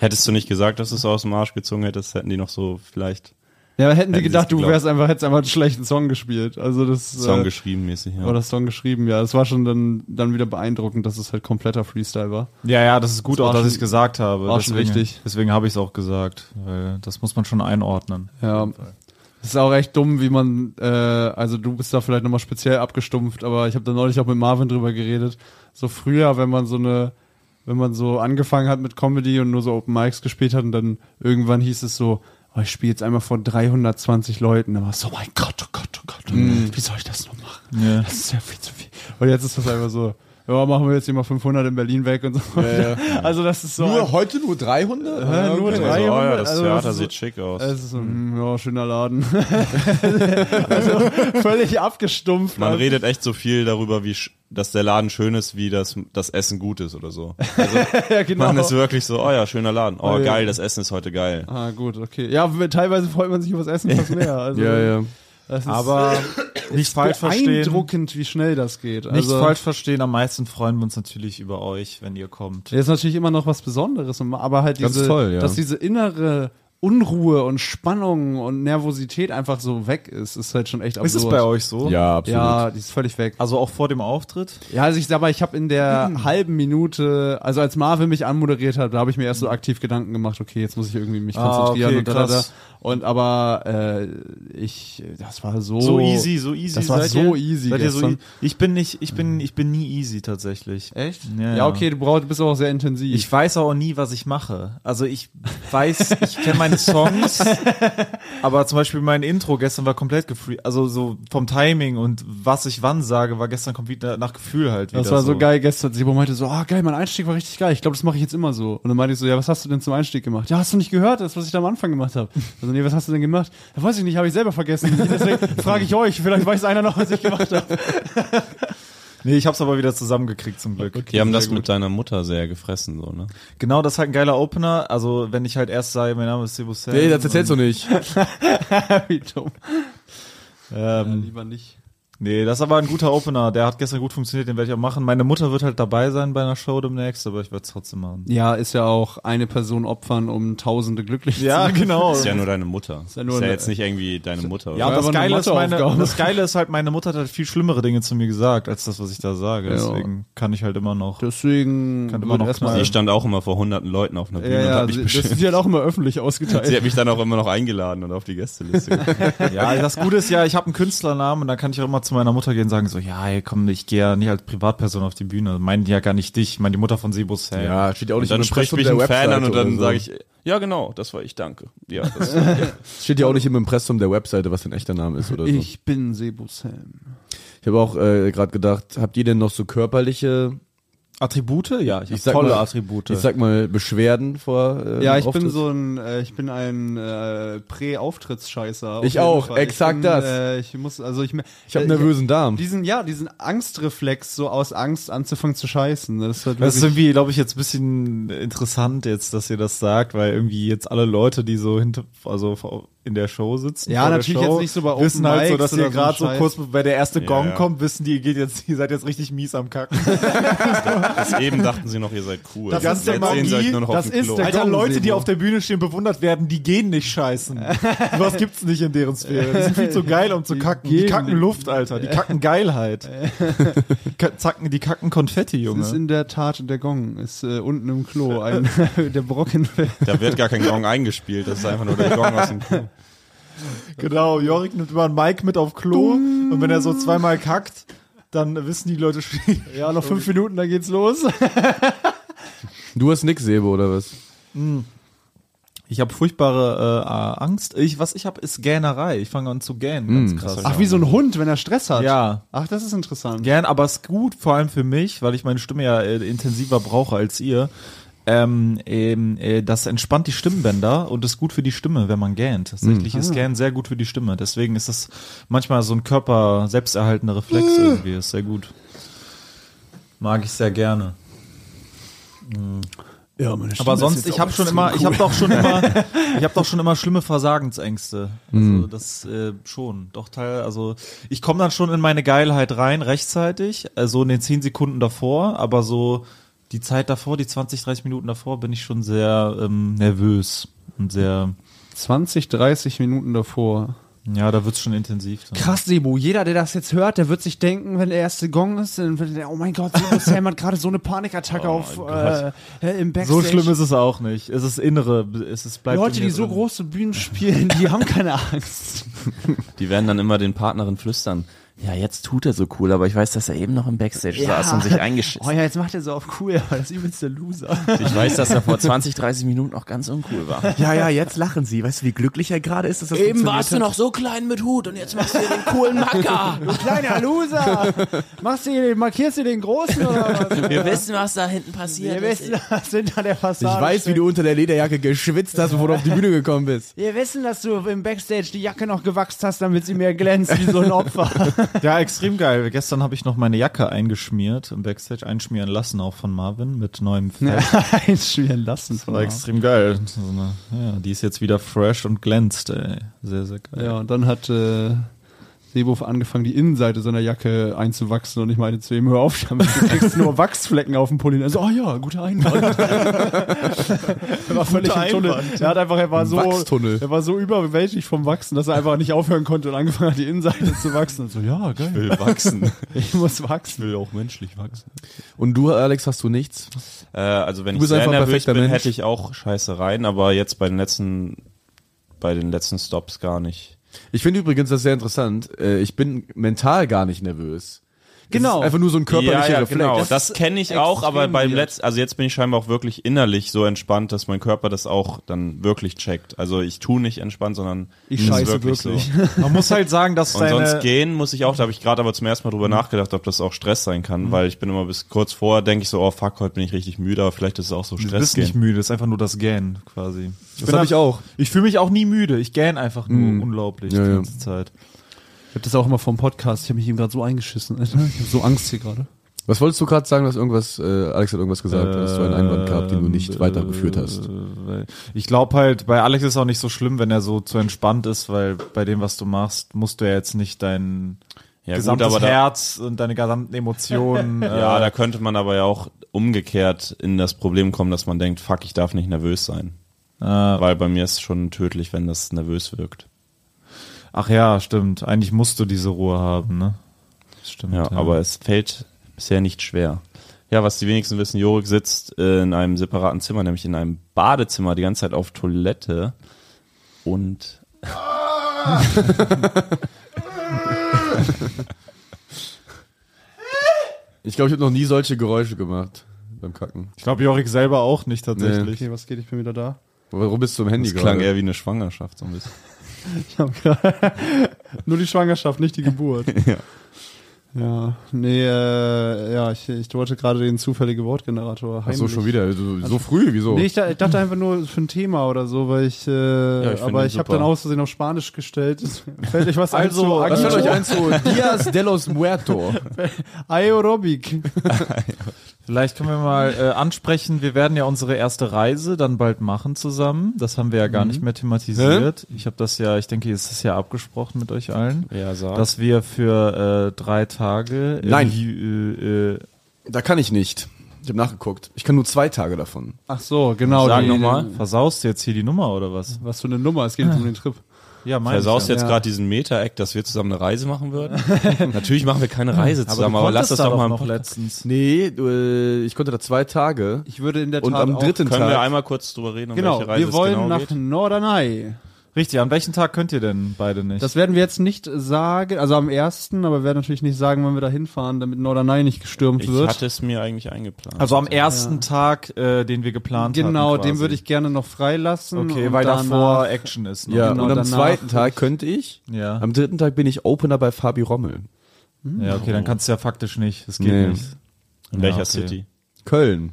D: Hättest du nicht gesagt, dass du es aus dem Arsch gezogen hättest, hätten die noch so vielleicht
B: Ja, hätten die
D: Hätten
B: gedacht,
D: sie's
B: du
D: geglaubt.
B: wärst einfach, hättest einfach einen schlechten Song gespielt. Also das
D: Song
B: äh,
D: geschrieben mäßig. Ja.
B: oder Song geschrieben, ja. Das war schon dann, dann wieder beeindruckend, dass es halt kompletter Freestyle war.
C: Ja, ja, das ist gut
B: Das war
C: auch, dass
B: schon-
C: ich es gesagt habe.
B: war schon
C: deswegen,
B: wichtig.
C: Deswegen habe ich es auch gesagt, weil das muss man schon einordnen.
B: Ja. Das ist auch echt dumm, wie man, äh, also du bist da vielleicht nochmal speziell abgestumpft, aber ich habe da neulich auch mit Marvin drüber geredet. So früher, wenn man so eine, wenn man so angefangen hat mit Comedy und nur so Open Mics gespielt hat und dann irgendwann hieß es so, oh, ich spiele jetzt einmal vor 320 Leuten. Dann war es so, oh mein Gott, oh Gott, oh Gott, wie soll ich das noch machen?
C: Ja.
B: Das ist ja viel zu viel. Und jetzt ist das einfach so, ja, machen wir jetzt hier mal 500 in Berlin weg und so. Also das ist so.
A: Nur heute nur Ah, 300?
B: Hä, nur
D: Also,
B: drei.
D: oh ja, das
B: also,
D: Theater
B: das ist-
D: sieht schick aus.
B: es ist so, mm, ja, schöner Laden. also völlig abgestumpft.
D: Man
B: Also,
D: redet echt so viel darüber, wie sch- dass der Laden schön ist, wie das, das Essen gut ist oder so. Also,
B: ja, genau.
D: man ist wirklich so, oh ja, schöner Laden. Oh,
B: ja.
D: geil, das Essen ist heute geil.
B: ah, gut, okay. Ja, w- teilweise freut man sich über das Essen fast mehr. Also,
A: Ja, ja.
B: Das ist
C: Aber nicht falsch verstehen.
B: beeindruckend, wie schnell das geht.
C: Nicht
B: Also,
C: falsch verstehen, am meisten freuen wir uns natürlich über euch, wenn ihr kommt.
B: ist natürlich immer noch was Besonderes, und- aber halt
A: Ganz
B: diese,
A: toll, ja.
B: dass diese innere Unruhe und Spannung und Nervosität einfach so weg ist, ist halt schon echt absurd.
C: Ist es bei euch so?
A: Ja, absolut.
B: Ja, die ist völlig weg.
C: Also auch vor dem Auftritt?
B: Ja, also ich sag mal, ich habe in der
C: Mhm.
B: halben Minute, also als Marvin mich anmoderiert hat, da habe ich mir erst so aktiv Gedanken gemacht, okay, jetzt muss ich irgendwie mich
C: Ah,
B: konzentrieren
C: okay,
B: und da, da, da.
C: krass.
B: Und aber äh, ich, das war so.
C: So easy, so easy.
B: Oh, Das war
C: seid ihr?
B: so easy
C: Seid ihr so,
B: gestern.
C: e- ich bin nicht, ich bin, ich bin nie easy tatsächlich.
B: Echt?
C: Ja,
B: Ja,
C: ja.
B: okay, du brauchst, bist auch sehr intensiv.
C: Ich weiß auch nie, was ich mache. Also ich weiß, ich kenne meine Songs, aber zum Beispiel mein Intro gestern war komplett gefree. Also so vom Timing und was ich wann sage, war gestern komplett nach Gefühl halt wieder.
B: das war so geil gestern. Sebo meinte so, ah geil, mein Einstieg war richtig geil. Ich glaube, das mache ich jetzt immer so. Und dann meinte ich so, ja, was hast du denn zum Einstieg gemacht? Ja, hast du nicht gehört, das, was ich da am Anfang gemacht habe? Also nee, was hast du denn gemacht? Ja, weiß ich nicht, habe ich selber vergessen. Deswegen frage ich euch, vielleicht weiß einer noch, was ich gemacht habe.
C: Nee, ich hab's aber wieder zusammengekriegt zum Glück.
D: Die haben das mit deiner Mutter sehr gefressen, so, ne?
C: Genau, das ist halt ein geiler Opener. Also wenn ich halt erst sage, mein Name ist Sebo Sam.
A: Nee, das erzählst du nicht.
B: Wie dumm.
C: ähm,
B: Lieber nicht.
C: Nee, das ist aber ein guter Opener. Der hat gestern gut funktioniert, den werde ich auch machen. Meine Mutter wird halt dabei sein bei einer Show demnächst, aber ich werde es trotzdem machen.
B: Ja, ist ja auch eine Person opfern, um Tausende glücklich zu machen.
C: genau.
D: Ist ja nur deine Mutter. Ist ja,
B: ja nur eine-
D: jetzt nicht irgendwie deine Mutter.
C: Ja, und
D: oder?
C: das
B: aber eine
C: Geile, ist meine,
B: Matheaufgabe.
C: das Geile ist halt, meine Mutter hat halt viel schlimmere Dinge zu mir gesagt, als das, was ich da sage.
B: Ja.
C: Deswegen kann ich halt immer noch.
B: Deswegen
C: Könnte man
B: wird
C: noch
D: Sie
C: knallen.
D: stand auch immer vor hunderten Leuten auf einer Bühne
B: Ja,
D: und
B: ja,
D: hat mich
B: sie- das
D: beschimpft.
B: wird auch immer öffentlich ausgeteilt.
D: Sie hat mich dann auch immer noch eingeladen und auf die Gästeliste.
C: Ja, das Gute ist ja, ich habe einen Künstlernamen und dann kann ich auch immer zu meiner Mutter gehen und sagen so, ja, ey, komm, ich gehe ja nicht als Privatperson auf die Bühne. Meinen die ja gar nicht dich, ich meine die Mutter von Sebo Sam.
A: Ja, steht ja auch
D: und
B: Also
A: nicht
D: dann
A: im
D: spricht
A: Impressum
D: mich
A: der
D: ein
A: Website.
D: Fan an und
A: oder
D: dann
A: so.
D: sage ich, ja genau, das war ich, danke. Ja, das ja,
A: Steht ja auch nicht im Impressum der Webseite, was dein echter Name ist oder so.
B: Ich bin Sebo Sam.
A: Ich habe auch äh, gerade gedacht, habt ihr denn noch so körperliche,
C: Attribute? Ja, ich,
A: Ich
C: hab
A: sag
C: tolle
A: mal-
C: Attribute.
A: ich sag mal, Beschwerden vor? Äh,
B: Ja,
A: dem
B: ich bin
A: Auftritt?
B: so ein, äh, ich bin ein äh, Prä-Auftrittsscheißer. auf
A: Ich
B: jeden
A: auch, exakt
B: bin,
A: das.
B: Äh, ich muss, also ich,
A: Ich habe einen nervösen Darm.
B: Diesen, ja, diesen Angstreflex, so aus Angst anzufangen zu scheißen. Das ist halt
C: Das ist
B: wirklich-
C: irgendwie, glaube ich, jetzt ein bisschen interessant jetzt, dass ihr das sagt, weil irgendwie jetzt alle Leute, die so hinter, also vor-
D: in der Show sitzen.
B: Ja,
D: vor der
B: natürlich
D: Show,
B: jetzt nicht so bei Open
D: Wissen halt so,
B: Mics
D: dass
B: oder
D: ihr
B: so
D: gerade
B: ein
D: so,
B: Scheiß.
D: kurz, wenn der erste Gong
F: ja.
D: kommt, wissen die, ihr, geht jetzt, ihr seid jetzt richtig mies am Kacken.
F: Bis eben dachten sie noch, ihr seid cool.
D: Das
F: Jetzt
D: ist der
F: sehen sie euch
D: Magie,
F: nur noch
B: das
F: auf dem
B: ist
F: Klo.
B: der-
D: Alter,
B: Gong
D: Leute,
B: sehen
D: die
B: wir.
D: auf der Bühne stehen, bewundert werden, die gehen nicht scheißen. Was gibt's nicht in deren Sphäre? Die sind viel zu geil, um zu kacken. Die
B: gehen
D: kacken
B: nicht.
D: Luft, Alter. Die kacken Geilheit. Ka- Zacken, die kacken Konfetti,
B: Das ist
D: Junge.
B: in der Tat der Gong, ist äh, unten im Klo, ein, der Brocken fällt.
D: Da
F: Wird gar kein Gong eingespielt, das ist einfach nur der Gong aus dem Klo.
D: Genau, Jorik nimmt immer einen Mike mit auf Klo und wenn er so zweimal kackt, dann wissen die Leute schon.
B: Ja, noch fünf Minuten, dann geht's los.
A: Du hast nix, Sebo, oder was?
C: Ich habe furchtbare äh, Angst. Ich, was ich habe, ist Gähnerei. Ich fange an zu gähnen, ganz krass.
B: Ach, wie so ein Hund, wenn er Stress hat.
C: Ja.
B: Ach, das ist interessant.
C: Gern, aber es ist gut, vor allem für mich, weil ich meine Stimme ja äh, intensiver brauche als ihr. Ähm, ähm, äh, das entspannt die Stimmbänder und ist gut für die Stimme, wenn man gähnt. Tatsächlich ist Gähnen sehr gut für die Stimme. Deswegen ist das manchmal so ein Körper selbsterhaltender Reflex
B: Äh.
C: irgendwie. Ist sehr gut. Mag ich sehr gerne.
B: Ja, meine Stimme
C: Aber sonst, ich habe schon immer, ich habe doch schon immer, ich habe doch schon immer schlimme Versagensängste. Also das äh, schon, doch teil, also ich komme dann schon in meine Geilheit rein rechtzeitig, also in den zehn Sekunden davor, aber so die Zeit davor, die 20, 30 Minuten davor, bin ich schon sehr ähm, nervös und sehr,
B: 20, 30 Minuten davor.
C: ja, da wird's schon intensiv. Dann.
B: Krass, Sebo. Jeder, der das jetzt hört, der wird sich denken, wenn der erste Gong ist, dann wird er, oh mein Gott, Sebo Sam hat gerade so eine Panikattacke auf äh, äh, im Backstage.
C: So schlimm ist es auch nicht. Es ist innere, es ist bleibt.
B: Leute,
C: in mir
B: die so
C: drin.
B: große Bühnen spielen, die haben keine Angst.
I: Die werden dann immer den Partnerin flüstern. Ja, jetzt tut er so cool, aber ich weiß, dass er eben noch im Backstage saß und sich
B: Oh
I: eingeschissen
B: ja, jetzt macht er so auf cool, aber das ist übelst der Loser.
I: hat. Ich weiß, dass er vor 20, 30 Minuten noch ganz uncool war.
A: Ja, ja, jetzt lachen sie. Weißt du, wie glücklich er gerade ist, dass das
I: Eben warst du noch so klein mit Hut und jetzt machst du hier den coolen Macker.
B: Kleiner Loser! Machst du den, markierst du den Großen oder was?
I: Wir wissen, was da hinten passiert
B: Ihr
I: ist.
B: wisst, was hinter der
A: Ich
B: Fassade
A: weiß, wie
B: steckt.
A: du unter der Lederjacke geschwitzt hast, bevor du auf die Bühne gekommen bist.
B: Wir wissen, dass du im Backstage die Jacke noch gewachst hast, damit sie mehr glänzt wie so ein Opfer.
C: Ja, extrem geil. Gestern habe ich noch meine Jacke eingeschmiert im Backstage, einschmieren lassen auch von Marvin mit neuem Fell.
B: Einschmieren lassen.
C: War extrem geil. So eine, ja, die ist jetzt wieder fresh und glänzt, ey. Sehr, sehr geil.
B: Ja, und dann hat äh, Sebo angefangen, die Innenseite seiner Jacke einzuwachsen und ich meinte zu ihm, hör auf damit, du kriegst nur Wachsflecken auf dem Pulli. Also, oh ja, guter Einwand. er war völlig im Tunnel. Er hat einfach, er war so,
A: Wachstunnel.
B: er war so überwältigt vom Wachsen, dass er einfach nicht aufhören konnte und angefangen hat, die Innenseite zu wachsen. Und so, ja, geil.
D: will wachsen.
B: Ich muss wachsen.
D: will auch menschlich wachsen.
A: Und du, Alex, hast du nichts?
D: Äh, also wenn
A: Du
D: ich
A: bist
D: sehr
A: einfach ein
D: nervös
A: perfekter
D: bin,
A: Mensch.
D: hätte ich auch Scheiße rein, aber jetzt bei den letzten, bei den letzten Stops gar nicht.
A: Ich finde übrigens das sehr interessant. Äh, Ich bin mental gar nicht nervös. Das
B: Genau.
A: Ist einfach nur so ein körperlicher Reflex.
D: genau. Das,
A: Das-
D: kenne ich auch, aber beim letzten, also jetzt bin ich scheinbar auch wirklich innerlich so entspannt, dass mein Körper das auch dann wirklich checkt. Also ich tu nicht entspannt, sondern
B: Ich
D: es ist
B: scheiße wirklich.
D: So.
C: Man muss halt sagen, dass
D: Und sonst
C: deine...
D: gehen muss ich auch, da habe ich gerade aber zum ersten Mal drüber nachgedacht, ob das auch Stress sein kann, weil ich bin immer bis kurz vorher, denke ich so, oh fuck, heute bin ich richtig müde, aber vielleicht ist es auch so
C: Du
D: Stress.
C: bist nicht müde, ist einfach nur das Gähnen quasi. Ich
A: das
C: bin
A: habe
C: ab-
A: ich auch.
C: Ich fühle mich auch nie müde. Ich gähne einfach nur unglaublich
A: Ja,
C: die
A: ja.
C: ganze Zeit.
B: Ich hab das auch immer vom Podcast. Ich habe mich ihm gerade so eingeschissen. Alter. Ich habe so Angst hier gerade.
A: Was wolltest du gerade sagen, dass irgendwas, äh, Alex hat irgendwas gesagt, dass du einen Einwand gehabt, den du nicht
C: Ähm,
A: weitergeführt hast.
C: äh, weil- Ich glaube halt, bei Alex ist es auch nicht so schlimm, wenn er so zu entspannt ist, weil bei dem, was du machst, musst du ja jetzt nicht dein
D: Ja, gut,
C: gesamtes
D: aber da-
C: Herz und deine gesamten Emotionen...
D: Ja, da könnte man aber ja auch umgekehrt in das Problem kommen, dass man denkt, fuck, ich darf nicht nervös sein.
C: äh,
D: Weil bei mir ist schon tödlich, wenn das nervös wirkt.
C: Ach ja, stimmt. Eigentlich musst du diese Ruhe haben, ne? Stimmt.
D: Ja, aber es fällt bisher nicht schwer. Ja, was die wenigsten wissen, Jorik sitzt äh, in einem separaten Zimmer, nämlich in einem Badezimmer, die ganze Zeit auf Toilette und
A: Ich glaube, ich habe noch nie solche Geräusche gemacht beim Kacken.
C: ich glaube, Jorik selber auch nicht tatsächlich.
B: Okay, was geht? Ich bin wieder da.
A: Warum bist du im Handy
D: es klang
A: gerade?
D: eher wie eine Schwangerschaft so ein bisschen.
B: Ich hab grad- Nur die Schwangerschaft, nicht die Geburt. ja. Ja, nee, äh, ja, ich, ich wollte gerade den zufälligen Wortgenerator
A: Ach
B: heimlich.
A: so, schon wieder. So, so früh, wieso?
B: Nee, ich, da- ich dachte einfach nur für ein Thema oder so, weil ich, äh,
D: ich finde
B: aber
D: ihn
B: ich habe
D: super.
B: dann aus Versehen auf Spanisch gestellt. Fällt euch was ein zu
A: also, was fällt
B: Agito?
A: euch ein zu Dias de los Muerto?
B: Aerobic.
C: Vielleicht können wir mal äh, ansprechen, wir werden ja unsere erste Reise dann bald machen zusammen. Das haben wir ja gar nicht mehr thematisiert. Ich habe das ja, ich denke, es ist ja abgesprochen mit euch allen,
I: Ja, sag.
C: dass wir für äh, drei Tage im
A: Nein.
C: Ju- äh, äh,
A: Da kann ich nicht. Ich habe nachgeguckt. Ich kann nur zwei Tage davon.
B: Ach so, genau.
C: Sag
B: die-
C: nochmal. Versaust du jetzt hier die Nummer oder was?
B: Was für eine Nummer, es geht jetzt um den Trip.
C: Ja, mein
D: Versaust jetzt
B: Ja.
D: gerade diesen Meta-Eck, dass wir zusammen eine Reise machen würden?
I: Natürlich machen wir keine Reise zusammen, aber, lass das doch mal.
C: noch
I: im Podcast-
C: letztens.
A: Nee, du, äh, ich konnte da zwei Tage.
B: Ich würde in der Tat
A: Und am
B: auch,
A: dritten
D: Können wir
A: Tag.
D: einmal kurz drüber reden, um
B: Genau,
D: welche Reise
B: wir wollen
D: es genau
B: nach
D: geht?
B: Norderney.
C: Richtig, an welchen Tag könnt ihr denn beide nicht?
B: Das werden wir jetzt nicht sagen, also am ersten, aber wir werden natürlich nicht sagen, wann wir da hinfahren, damit Norderney nicht gestürmt
D: Ich
B: wird.
D: hatte es mir eigentlich eingeplant.
C: also am ersten Tag, äh, den wir geplant
B: genau,
C: hatten.
B: dem
C: quasi.
B: würde ich gerne noch freilassen.
C: Okay,
B: und
C: weil
B: danach-
C: davor Action ist. Noch.
A: Ja,
B: genau,
A: und am
B: danach-
A: zweiten Tag könnte ich.
C: Ja.
A: Am dritten Tag bin ich Opener bei Fabi Rommel.
C: ja, okay,
B: Genau.
C: dann kannst du ja faktisch nicht. Das geht
A: Nee.
C: nicht.
D: In welcher
C: Ja, okay.
D: City?
A: Köln.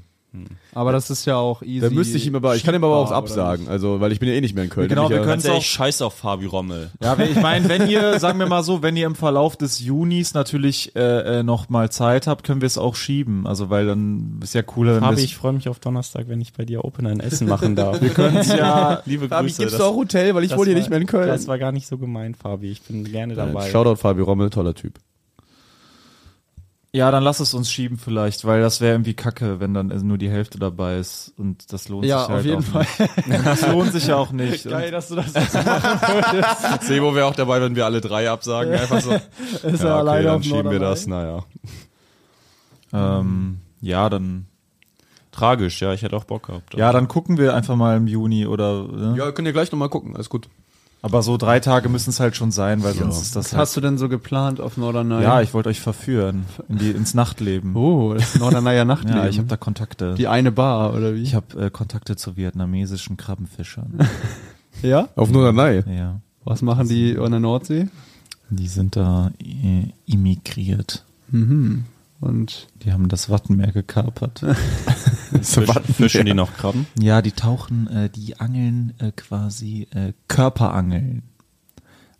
B: Aber das ist ja auch easy.
A: Da müsste ich ihm aber, ich kann ihm aber auch
B: schiebbar,
A: absagen, also, weil ich bin ja eh nicht mehr in Köln.
C: Genau,
A: Hab ich
C: wir
A: ja,
C: können-
D: Ganz
C: auch-
D: ehrlich, scheiß auf Fabi Rommel.
C: Ja, wenn- ich meine, wenn ihr, sagen wir mal so, wenn ihr im Verlauf des Junis natürlich äh, äh, noch mal Zeit habt, können wir es auch schieben. Also weil dann ist ja cooler, wenn
I: Fabi,
C: wir
I: ich freue mich auf Donnerstag, wenn ich bei dir Opener in Essen machen darf.
C: es ja.
D: Liebe
A: Fabi,
D: Grüße.
A: gibst
D: das-
A: du auch Hotel, weil ich wohne hier nicht mehr in Köln.
I: Das war gar nicht so gemein, Fabi. Ich bin gerne dabei.
A: Nein, Shoutout Fabi Rommel, toller Typ.
C: Ja, dann lass es uns schieben vielleicht, weil das wäre irgendwie kacke, wenn dann äh, nur die Hälfte dabei ist und das lohnt
B: Ja,
C: sich halt
B: auf jeden
C: auch
B: Fall.
C: Nicht. Das lohnt sich ja auch nicht. Und
B: dass du das
D: Sebo wäre auch dabei, wenn wir alle drei absagen. Einfach so.
B: ist
D: Ja, okay,
B: alleine
D: dann
B: auf
D: schieben wir
B: Norderney.
D: das. ne? Naja.
C: Ähm, ja, dann,
D: Tragisch, ja, ich hätte auch Bock gehabt.
C: ja, dann gucken wir einfach mal im Juni oder. Ne?
A: Ja, könnt ihr gleich nochmal gucken, alles gut.
C: Aber so drei Tage müssen es halt schon sein, weil sonst ist das halt.
B: Hast du denn so geplant auf Norderney?
C: Ja, ich wollte euch verführen in die, ins Nachtleben.
B: Oh, das Norderneyer Nachtleben.
C: ja, ich habe da Kontakte.
B: die eine Bar, oder wie?
C: ich habe äh, Kontakte zu vietnamesischen Krabbenfischern.
B: ja?
A: Auf Norderney.
C: ja,
B: Was machen die an der Nordsee?
C: die sind da äh, immigriert.
B: Und
C: Die haben das Wattenmeer gekapert.
D: Fischen, Also fischen die noch Krabben?
C: Ja, die tauchen, äh, die angeln äh, quasi äh, Körperangeln.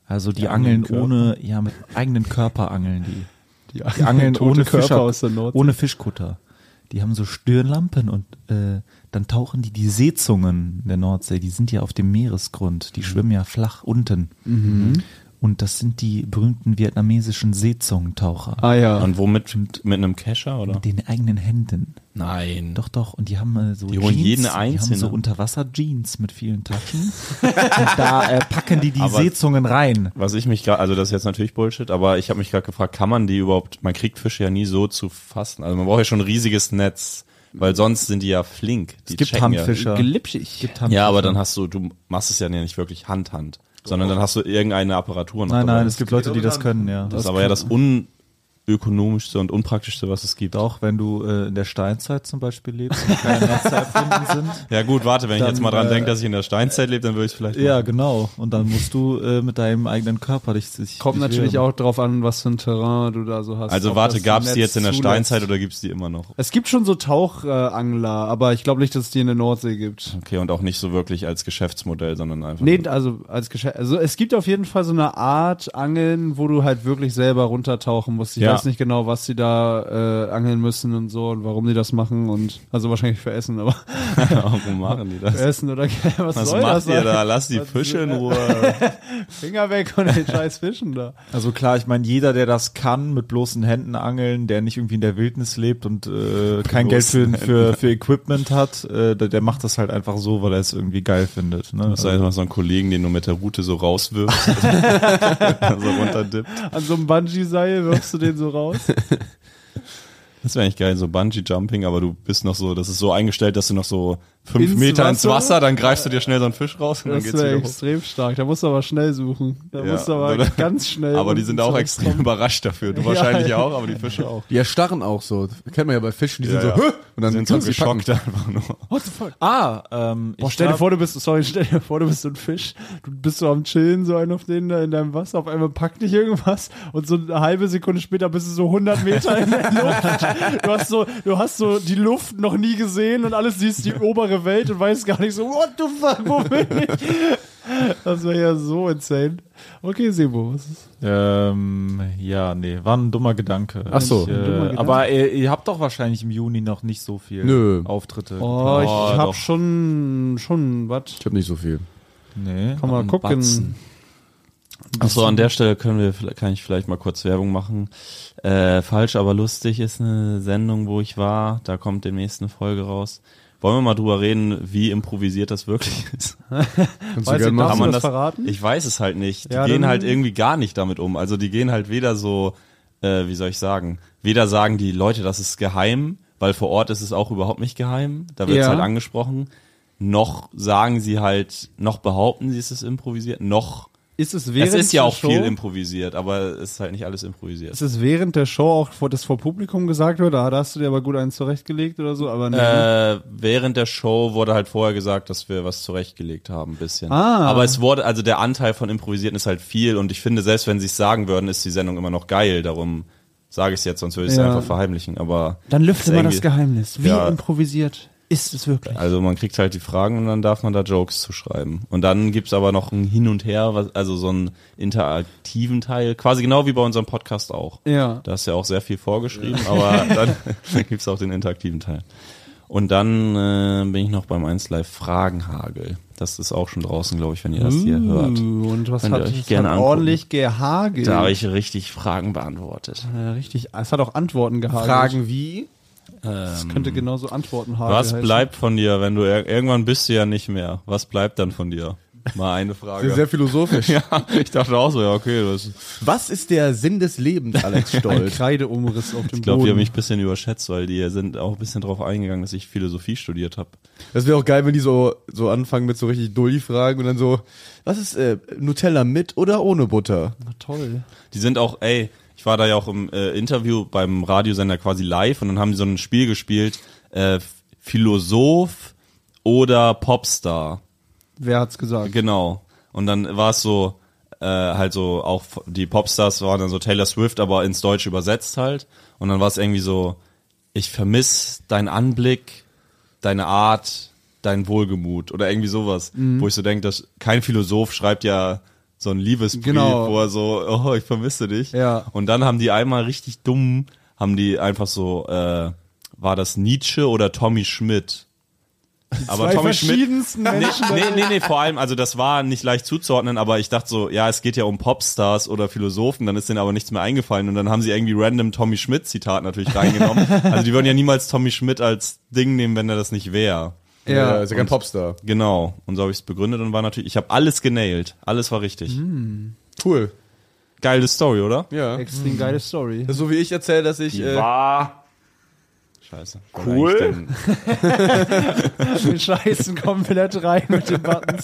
C: Also die, angeln
D: angeln
C: ohne, ja, mit eigenen Körper angeln die.
B: die,
C: Die angeln
B: tote
C: ohne
B: Körper
C: Fischer,
B: aus der Nordsee.
C: ohne Fischkutter. Die haben so Stirnlampen und äh, dann tauchen die die Seezungen der Nordsee. Die sind ja auf dem
B: Mhm.
C: Meeresgrund. Die schwimmen ja flach unten. Und das sind die berühmten vietnamesischen Seezungentaucher.
B: Ah ja.
D: Und womit? Mit einem Kescher oder?
C: Mit den eigenen Händen.
D: Nein.
C: Doch, doch. Und die haben äh, so
D: Die holen
C: Jeans,
D: jeden
C: Die haben
D: Einzelnen.
C: so Unterwasser-Jeans mit vielen Taschen. und da äh, packen die die
D: Aber-
C: Seezungen rein.
D: Was ich mich gerade, also das ist jetzt natürlich Bullshit, aber ich habe mich gerade gefragt, kann man die überhaupt, man kriegt Fische ja nie so zu fassen. Also man braucht ja schon ein riesiges Netz, weil sonst sind die ja flink. Die
C: Es gibt
D: checken
C: Handfischer.
B: glitschig.
C: Gibt
D: Ja.
C: Handfischer.
D: ja, aber dann hast du, du machst es ja nicht wirklich Hand, Hand, sondern dann hast du irgendeine Apparatur noch.
C: Nein,
D: dabei.
C: nein, es gibt Leute, die das können, ja.
D: das ist aber ja das unökonomischste und unpraktischste, was es gibt.
C: Doch, wenn du äh, in der Steinzeit zum Beispiel lebst und keine Netze erfunden sind.
D: Ja gut, warte, wenn
C: Dann,
D: ich jetzt mal dran
C: äh,
D: denke, dass ich in der Steinzeit lebe, dann würde ich es vielleicht
C: Ja,
D: machen.
C: genau. Und dann musst du äh, mit deinem eigenen Körper dich. dich
B: Kommt
C: dich
B: natürlich
C: wehren.
B: auch drauf an, was für ein Terrain du da so hast.
D: Also
B: Ob
D: warte,
B: das
D: gab es die
B: Netz
D: jetzt in der
B: zulässt.
D: Steinzeit oder gibt es die immer noch?
B: Es gibt schon so Tauchangler, aber ich glaube nicht, dass es die in der Nordsee gibt.
D: Okay, und auch nicht so wirklich als Geschäftsmodell, sondern einfach nur-
B: Nee, also als Geschäft. Also es gibt auf jeden Fall so eine Art Angeln, wo du halt wirklich selber runtertauchen musst. Ich
D: Ja.
B: weiß nicht genau, was sie da äh, angeln müssen und so und warum die das machen und also wahrscheinlich für Essen, aber
D: warum machen die das?
B: für Essen oder was,
D: Was
B: Äh, soll das
D: macht ihr
B: sein?
D: da? Lass die Fische in Ruhe.
B: Finger weg von den scheiß Fischen da.
C: Also klar, ich meine, jeder, der das kann, mit bloßen Händen angeln, der nicht irgendwie in der Wildnis lebt und äh, kein Geld für, für, für Equipment hat, äh, der, der macht das halt einfach so, weil er es irgendwie geil findet. Ne?
D: Das ist einfach so ein Kollegen, den du mit der Rute so rauswirfst. so runterdippt.
B: An so einem Bungee-Seil wirfst du den so raus.
D: Das wäre eigentlich geil, so Bungee-Jumping, aber du bist noch so, das ist so eingestellt, dass du noch so fünf
B: Ins
D: Meter ins
B: Wasser?
D: Wasser, dann greifst du dir schnell so einen Fisch raus und dann
B: Das
D: geht's
B: wäre
D: wieder hoch.
B: extrem stark. Da musst du aber schnell suchen. Da
D: Ja,
B: musst du aber
D: oder-
B: ganz schnell.
D: Aber die sind auch
B: unten
D: extrem überrascht dafür. Du wahrscheinlich auch, aber die Fische auch.
A: Die erstarren auch so. Kennt man ja bei Fischen, die sind
D: Ja,
A: so,
D: ja.
A: "Hö!" und dann
D: sind so
A: sie packen.
D: geschockt einfach nur.
C: Ah, ähm, ich
B: Boah, stell dir
C: hab-
B: vor, du bist, sorry, stell dir vor, du bist so ein Fisch. Du bist so am Chillen, so einen auf den da in deinem Wasser. Auf einmal packt dich irgendwas und so eine halbe Sekunde später bist du so 100 Meter in der Luft. Du hast so, du hast so die Luft noch nie gesehen und alles siehst die obere andere Welt und weiß gar nicht so, what the fuck, wo bin ich? Das wäre ja so insane. Okay, Sebo, was ist
C: Ähm, ja, nee, war ein dummer Gedanke.
A: Ach so.
C: Ich,
A: Ein
C: äh,
B: dummer Gedanke.
C: Aber ihr, ihr habt doch wahrscheinlich im Juni noch nicht so viel
A: Nö.
C: Auftritte.
B: Oh, ich
C: geplant.
B: hab
C: doch.
B: schon, schon was.
A: Ich habe nicht so viel.
C: Nee.
B: Kann mal gucken.
I: Batzen.
D: Achso, an der Stelle können wir, vielleicht- kann ich vielleicht mal kurz Werbung machen. Äh, falsch, aber lustig ist eine Sendung, wo ich war. Da kommt demnächst eine Folge raus. Wollen wir mal drüber reden, wie improvisiert das wirklich ist?
A: Kannst
B: Weiß
A: du
B: ich,
A: gerne machen.
B: darfst du
D: man das-
B: das verraten?
D: Ich weiß es halt nicht. Die
B: Ja,
D: gehen
B: dann-
D: halt irgendwie gar nicht damit um. Also die gehen halt weder so, äh, wie soll ich sagen, weder sagen die Leute, das ist geheim, weil vor Ort ist es auch überhaupt nicht geheim. Da wird es
B: Ja.
D: halt angesprochen. Noch sagen sie halt, noch behaupten sie, es ist improvisiert, noch.
B: Ist es während
D: Es ist ja
B: der
D: auch
B: Show,
D: viel improvisiert, aber es ist halt nicht alles improvisiert.
B: Ist es während der Show auch, vor, das vor Publikum gesagt wird? Ah, Da hast du dir aber gut einen zurechtgelegt oder so, aber nee.
D: Äh, während der Show wurde halt vorher gesagt, dass wir was zurechtgelegt haben, ein bisschen.
B: Ah.
D: Aber es wurde, also der Anteil von Improvisierten ist halt viel und ich finde, selbst wenn sie es sagen würden, ist die Sendung immer noch geil. Darum sage ich es jetzt, sonst würde ich es
B: Ja.
D: einfach verheimlichen. Aber
B: Dann
D: es
B: lüfte
D: ist
B: mal das
D: irgendwie-
B: Geheimnis. Wie
D: Ja.
B: improvisiert ist es wirklich?
D: Also man kriegt halt die Fragen und dann darf man da Jokes zu schreiben. Und dann gibt's aber noch ein Hin und Her, was- also so einen interaktiven Teil, quasi genau wie bei unserem Podcast auch.
B: Ja.
D: Da ist ja auch sehr viel vorgeschrieben, aber dann gibt's auch den interaktiven Teil. Und dann äh, bin ich noch beim 1Live Fragenhagel. Das ist auch schon draußen, glaube ich, wenn ihr das hier hört.
B: Uh, Und was
D: Könnt
B: hat
D: ihr euch
B: es
D: gerne
B: hat
D: angucken.
B: ordentlich gehagelt?
D: Da habe ich richtig Fragen beantwortet.
B: Äh, richtig, es hat auch Antworten gehagelt.
A: Fragen wie? ähm,
B: Das könnte genauso Antworten haben.
D: Was bleibt von dir, wenn du ir irgendwann bist du ja nicht mehr? Was bleibt dann von dir? Mal eine Frage.
A: Sehr philosophisch.
D: ja, ich dachte auch so, ja, okay, das
A: Was ist der Sinn des Lebens, Alex
B: Ein
A: Stolz?
B: Kreideumriss auf dem
D: Ich glaube, die haben
B: Boden.
D: mich ein bisschen überschätzt, weil die sind auch ein bisschen drauf eingegangen, dass ich Philosophie studiert habe.
A: Das wäre auch geil, wenn die so, so anfangen mit so richtig Dulli-Fragen und dann so, was ist äh, Nutella mit oder ohne Butter?
B: Na, toll.
D: Die sind auch, ey, ich war da ja auch im äh, Interview beim Radiosender quasi live und dann haben die so ein Spiel gespielt, äh, Philosoph oder Popstar.
B: Wer hat's gesagt?
D: Genau. Und dann war es so, äh, halt so, auch f- die Popstars waren dann so Taylor Swift, aber ins Deutsche übersetzt halt. Und dann war es irgendwie so, ich vermisse deinen Anblick, deine Art, dein Wohlgemut oder irgendwie sowas.
B: Mhm.
D: Wo ich so denke, dass kein Philosoph schreibt ja so einen Liebesbrief,
B: Genau.
D: wo er so, oh, ich vermisse dich.
B: Ja.
D: Und dann haben die einmal richtig dumm, haben die einfach so, äh, war das Nietzsche oder Tommy Schmidt? Aber Tommy Schmidt, Nee, nee, nee, nee, vor allem, also das war nicht leicht zuzuordnen, aber ich dachte so, ja, es geht ja um Popstars oder Philosophen, dann ist denen aber nichts mehr eingefallen und dann haben sie irgendwie random Tommy Schmidt Zitat natürlich reingenommen. also die würden ja niemals Tommy Schmidt als Ding nehmen, wenn er das nicht wäre.
B: Ja.
A: ist ja kein Popstar.
D: Genau, und so habe ich es begründet und war natürlich, ich habe alles genailt, alles war richtig. Mm.
A: Cool.
D: Geile Story, oder?
A: Ja. Das
B: Extrem geile Story.
A: ist so wie ich erzähle, dass ich. Äh,
G: War
D: Scheiße.
G: Cool.
B: Wir scheißen komplett rein mit den Buttons.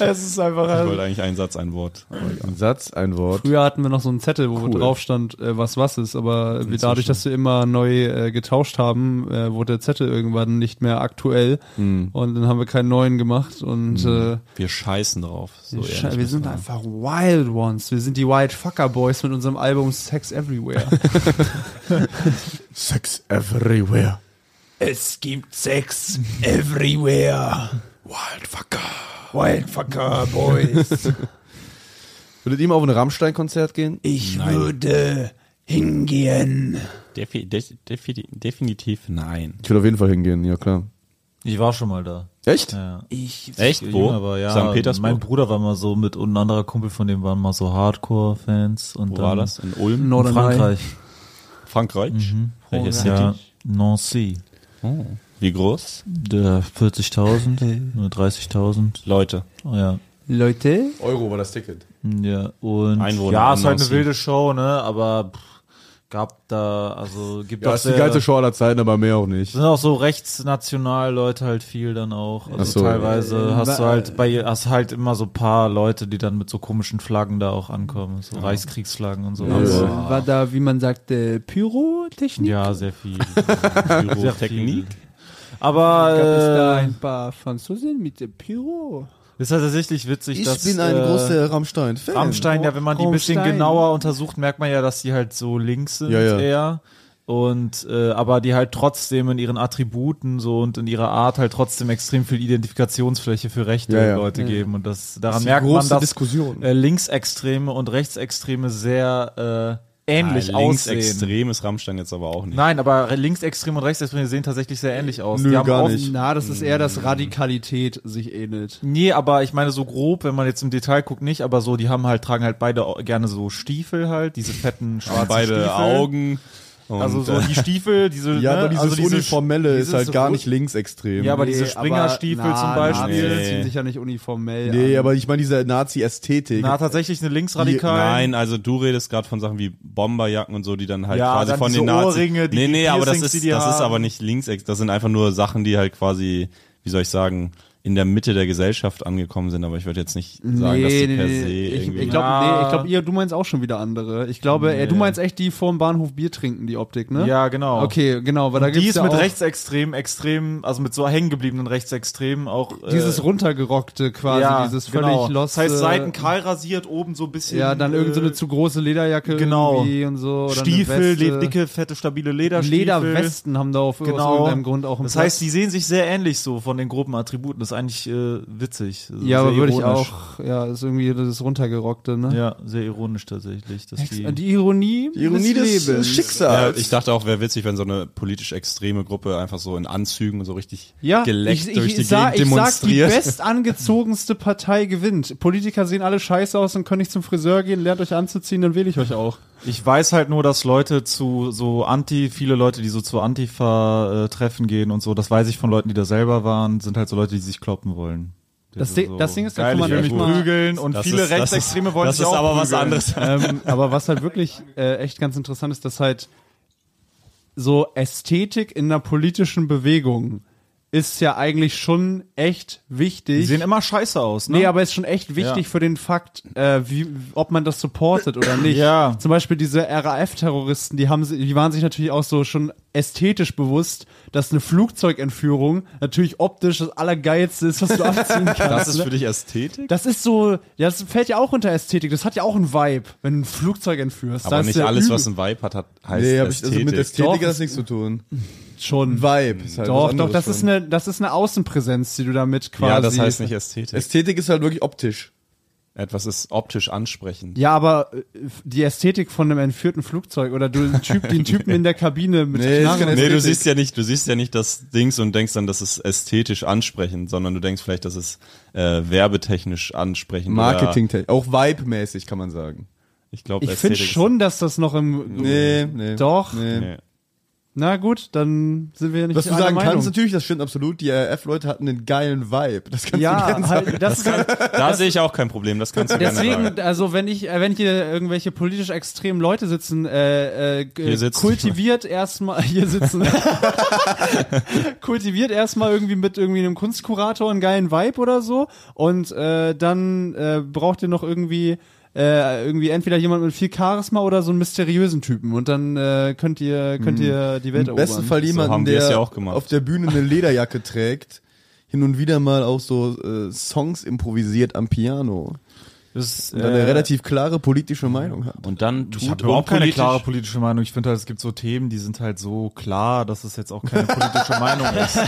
B: Es ist
D: Ich
B: einfach.
D: wollte eigentlich einen Satz, ein Wort. Aber egal.
A: ein Satz, ein Wort.
B: Früher hatten wir noch so einen Zettel, wo drauf stand, äh, was was ist, aber wir dadurch, dass wir immer neu äh, getauscht haben, äh, wurde der Zettel irgendwann nicht mehr aktuell
A: Hm.
B: und dann haben wir keinen neuen gemacht und äh,
D: Wir scheißen drauf. So ehrlich
B: Sche- wir
D: muss
B: sind
D: man sagen.
B: einfach Wild Ones. Wir sind die Wild Fucker Boys mit unserem Album Sex Everywhere.
A: Sex everywhere.
B: es gibt Sex Everywhere. Wildfucker. Wildfucker Boys.
A: Würdet ihr mal auf ein Rammstein-Konzert gehen?
B: Ich würde hingehen.
D: Defi def- defi definitiv nein.
A: Ich will auf jeden Fall hingehen, ja klar.
C: Ich war schon mal da.
A: Echt?
C: Ja.
D: Echt? Wo?
C: Jünger war, ja.
D: St. Petersburg.
C: Mein Bruder war mal so mit und ein anderer Kumpel von dem waren mal so Hardcore-Fans. und
D: Wo
C: dann
D: war das? Mhm. In Ulm?
C: In
B: Norderney.
C: Frankreich.
D: Frankreich? Welche City?
C: Ja, Nancy.
D: Wie groß?
C: Der 40.000, nur 30.000.
D: Leute.
C: Oh, ja.
B: Leute,
A: Euro war das Ticket.
C: Ja, und
D: Einwohner
C: ja, ist halt eine
D: Nancy.
C: wilde Show, ne, aber pff, gab da, also gibt
A: Ja,
C: auch
A: ist die
C: sehr-
A: geilste Show aller Zeiten, aber mehr auch nicht.
C: sind auch so rechtsnational Leute halt viel dann auch. Also
A: Ach so.
C: teilweise
B: Äh,
C: hast du
B: wa-
C: halt bei hast halt immer so paar Leute, die dann mit so komischen Flaggen da auch ankommen, so Reichskriegsflaggen und so. Also,
B: war war da, wie man sagt, äh, Pyrotechnik?
C: Ja, sehr viel. sehr viel.
D: Pyrotechnik?
C: Aber
B: Gab es da
C: äh,
B: ein paar Franzosen mit äh, Pyro?
C: ist halt tatsächlich witzig, dass äh,
A: Rammstein-Fan.
C: Rammstein, ja, wenn man die ein bisschen
B: Rammstein.
C: genauer untersucht, merkt man ja, dass die halt so links sind
A: Ja, ja.
C: eher. und äh, aber die halt trotzdem in ihren Attributen so und in ihrer Art halt trotzdem extrem viel Identifikationsfläche für rechte
A: Ja, ja.
C: Leute geben und das daran
A: die
C: merkt man,
A: große
C: dass
A: Diskussion.
C: Äh, Linksextreme und Rechtsextreme sehr äh, ähnlich
A: Ah,
C: aussehen.
D: Linksextrem Ah, ist Rammstein jetzt aber auch nicht.
C: Nein, aber Linksextreme und Rechtsextreme sehen tatsächlich sehr ähnlich aus.
A: Nö, gar
C: oft-
A: nicht. Mhm.
B: Na, das ist eher, dass Radikalität sich ähnelt.
C: Nee, aber ich meine so grob, wenn man jetzt im Detail guckt, nicht, aber so, die haben halt, tragen halt beide au- gerne so Stiefel halt, diese fetten schwarzen
D: Beide
C: Stiefel.
D: Augen. Und,
C: Also so
D: äh,
C: die Stiefel, diese,
A: Ja,
C: ne?
A: aber dieses
C: also diese
A: Uniformelle ist
C: dieses
A: halt gar
C: Ru-
A: nicht linksextrem.
C: Ja, aber diese
B: Nee,
C: Springerstiefel
B: aber-
C: zum
B: na,
C: Beispiel.
B: Nazis
D: Nee.
B: ziehen sich ja nicht uniformell
A: nee,
B: an.
A: aber ich meine diese Nazi-Ästhetik.
C: Na, tatsächlich eine linksradikalen.
D: Nein, also du redest gerade von Sachen wie Bomberjacken und so, die dann halt
C: Ja,
D: quasi
C: dann
D: von
C: diese
D: den Nazis.
C: Ohrringe, die-
D: nee,
C: die
D: nee, aber das
C: Piercings,
D: ist
C: die die
D: das ist
C: haben.
D: aber nicht linksex, das sind einfach nur Sachen, die halt quasi, wie soll ich sagen, in der Mitte der Gesellschaft angekommen sind, aber ich würde jetzt nicht sagen, dass die per se
B: ich,
D: irgendwie
B: ich glaube,
C: Ja.
B: nee, ich glaub, ihr, du meinst auch schon wieder andere. Ich glaube, äh, du meinst echt die vorm Bahnhof Bier trinken, die Optik, ne?
C: Ja, genau.
B: Okay, genau, weil da gibt's
C: Die ist
B: ja
C: mit
B: auch
C: rechtsextrem, extrem, also mit so hängengebliebenen rechtsextremen auch.
B: dieses
C: äh,
B: runtergerockte quasi,
C: ja,
B: dieses völlig
C: genau.
B: lost.
C: Das heißt, Seiten kahl rasiert, oben so ein bisschen.
B: Ja, dann irgendeine so eine zu große Lederjacke
C: genau.
B: irgendwie und so. Oder
C: Stiefel,
B: eine Weste.
C: le- dicke, fette, stabile Lederstiefel.
B: Lederwesten haben da auf aus
C: Genau.
B: irgendeinem Grund auch im
C: das heißt, die sehen sich sehr ähnlich so von den groben Attributen. Das ist eigentlich äh, witzig. Also
B: Ja,
C: sehr
B: aber würde ich
C: ironisch.
B: auch, ja, ist irgendwie das runtergerockte, ne?
C: Ja, sehr ironisch tatsächlich. Dass
B: Ex-
C: die,
B: Die Ironie,
A: Die Ironie des,
B: Lebens.
D: Ja,
A: Schicksals.
D: ich dachte auch, wäre witzig, wenn so eine politisch extreme Gruppe einfach so in Anzügen und so richtig
B: Ja,
D: geleckt
B: ich, ich,
D: durch die Gegend
B: sa- ich sag, die
D: demonstriert.
B: bestangezogenste Partei gewinnt. Politiker sehen alle scheiße aus, dann könnt ich zum Friseur gehen, lernt euch anzuziehen, dann wähle ich euch auch.
C: ich weiß halt nur, dass Leute zu so Anti, viele Leute, die so zu Antifa-Treffen gehen und so, das weiß ich von Leuten, die da selber waren, sind halt so Leute, die sich kloppen wollen.
B: Das Ding- das Ding ist, da
C: geil,
B: kann man
C: ich will
D: echt
C: mich
D: mal-
C: prügeln und
D: Das
C: viele
D: ist- das
C: Rechtsextreme
D: ist-
C: wollen
D: Das
C: sich
D: ist
C: auch
D: aber was
C: prügeln.
D: anderes.
B: ähm, aber was halt wirklich äh, echt ganz interessant ist, dass halt so Ästhetik in einer politischen Bewegung ist ja eigentlich schon echt
C: Die
B: wichtig.
C: sehen immer scheiße aus, ne?
B: Nee, aber ist schon echt wichtig
C: Ja.
B: für den Fakt, äh, wie, ob man das supportet oder nicht.
C: Ja.
B: Zum Beispiel diese RAF-Terroristen, die haben, si- die waren sich natürlich auch so schon ästhetisch bewusst, dass eine Flugzeugentführung natürlich optisch das allergeilste ist, was du abziehen kannst.
D: das ist
B: ne?
D: für dich Ästhetik?
B: Das ist so, ja, das fällt ja auch unter Ästhetik. Das hat ja auch ein Vibe, wenn du ein Flugzeug entführst.
D: Aber
B: Das ist
D: nicht
B: ja
D: alles,
B: übel.
D: was ein Vibe hat, hat heißt
A: Nee, hab ich,
D: Ästhetik.
A: also mit Ästhetik
B: Doch,
A: hat das nichts zu tun.
B: schon.
A: Vibe ist halt was
B: Doch,
A: anderes
B: doch, das ist,
A: schon.
B: eine, das ist eine Außenpräsenz, die du damit quasi.
D: ja, das heißt nicht Ästhetik.
A: Ästhetik ist halt wirklich optisch.
D: Etwas ist optisch ansprechend.
B: Ja, aber äh, die Ästhetik von einem entführten Flugzeug oder du den, Typ, den Typen in der Kabine mit
A: Nee, ist keine
B: Knarren.
D: Nee, du
A: Ästhetik.
D: siehst ja nicht, du siehst ja nicht das Dings und denkst dann, das ist ästhetisch ansprechend, sondern du denkst vielleicht, das ist äh, werbetechnisch ansprechend. Oder,
A: Marketing, auch vibe-mäßig kann man sagen.
D: ich glaube,
B: Ich finde schon, dass das noch im.
A: Nee, nee.
B: Doch.
A: Nee.
D: Nee.
B: Na gut, dann sind wir ja nicht
A: Was du
B: einer
A: sagen
B: Meinung.
A: kannst, natürlich, das stimmt absolut. Die RF-Leute hatten einen geilen Vibe. Das kannst du
B: ja,
A: gerne sagen.
B: halt, das, ist
D: Da sehe ich auch kein Problem, das kannst du gerne sagen.
B: Deswegen, also wenn ich, äh, wenn hier irgendwelche politisch extremen Leute sitzen, äh, äh,
D: Hier sitzen.
B: kultiviert erstmal hier sitzen, kultiviert erstmal irgendwie mit irgendwie einem Kunstkurator einen geilen Vibe oder so und äh, dann äh, braucht ihr noch irgendwie äh, irgendwie entweder jemand mit viel Charisma oder so einen mysteriösen Typen und dann äh, könnt ihr könnt
C: Hm.
B: ihr die
C: Oh
B: Welt
A: Im
B: erobern.
A: besten Fall
D: haben
A: jemanden,
D: wir es
A: der
D: ja auch gemacht.
A: auf der Bühne eine Lederjacke trägt, hin und wieder mal auch so äh, Songs improvisiert am Piano
C: Das, äh,
A: und eine relativ klare politische Meinung hat.
I: Und dann tut
C: Ich habe überhaupt keine
I: unpolitisch-
C: klare politische Meinung. Ich finde halt, es gibt so Themen, die sind halt so klar, dass es jetzt auch keine politische Meinung ist.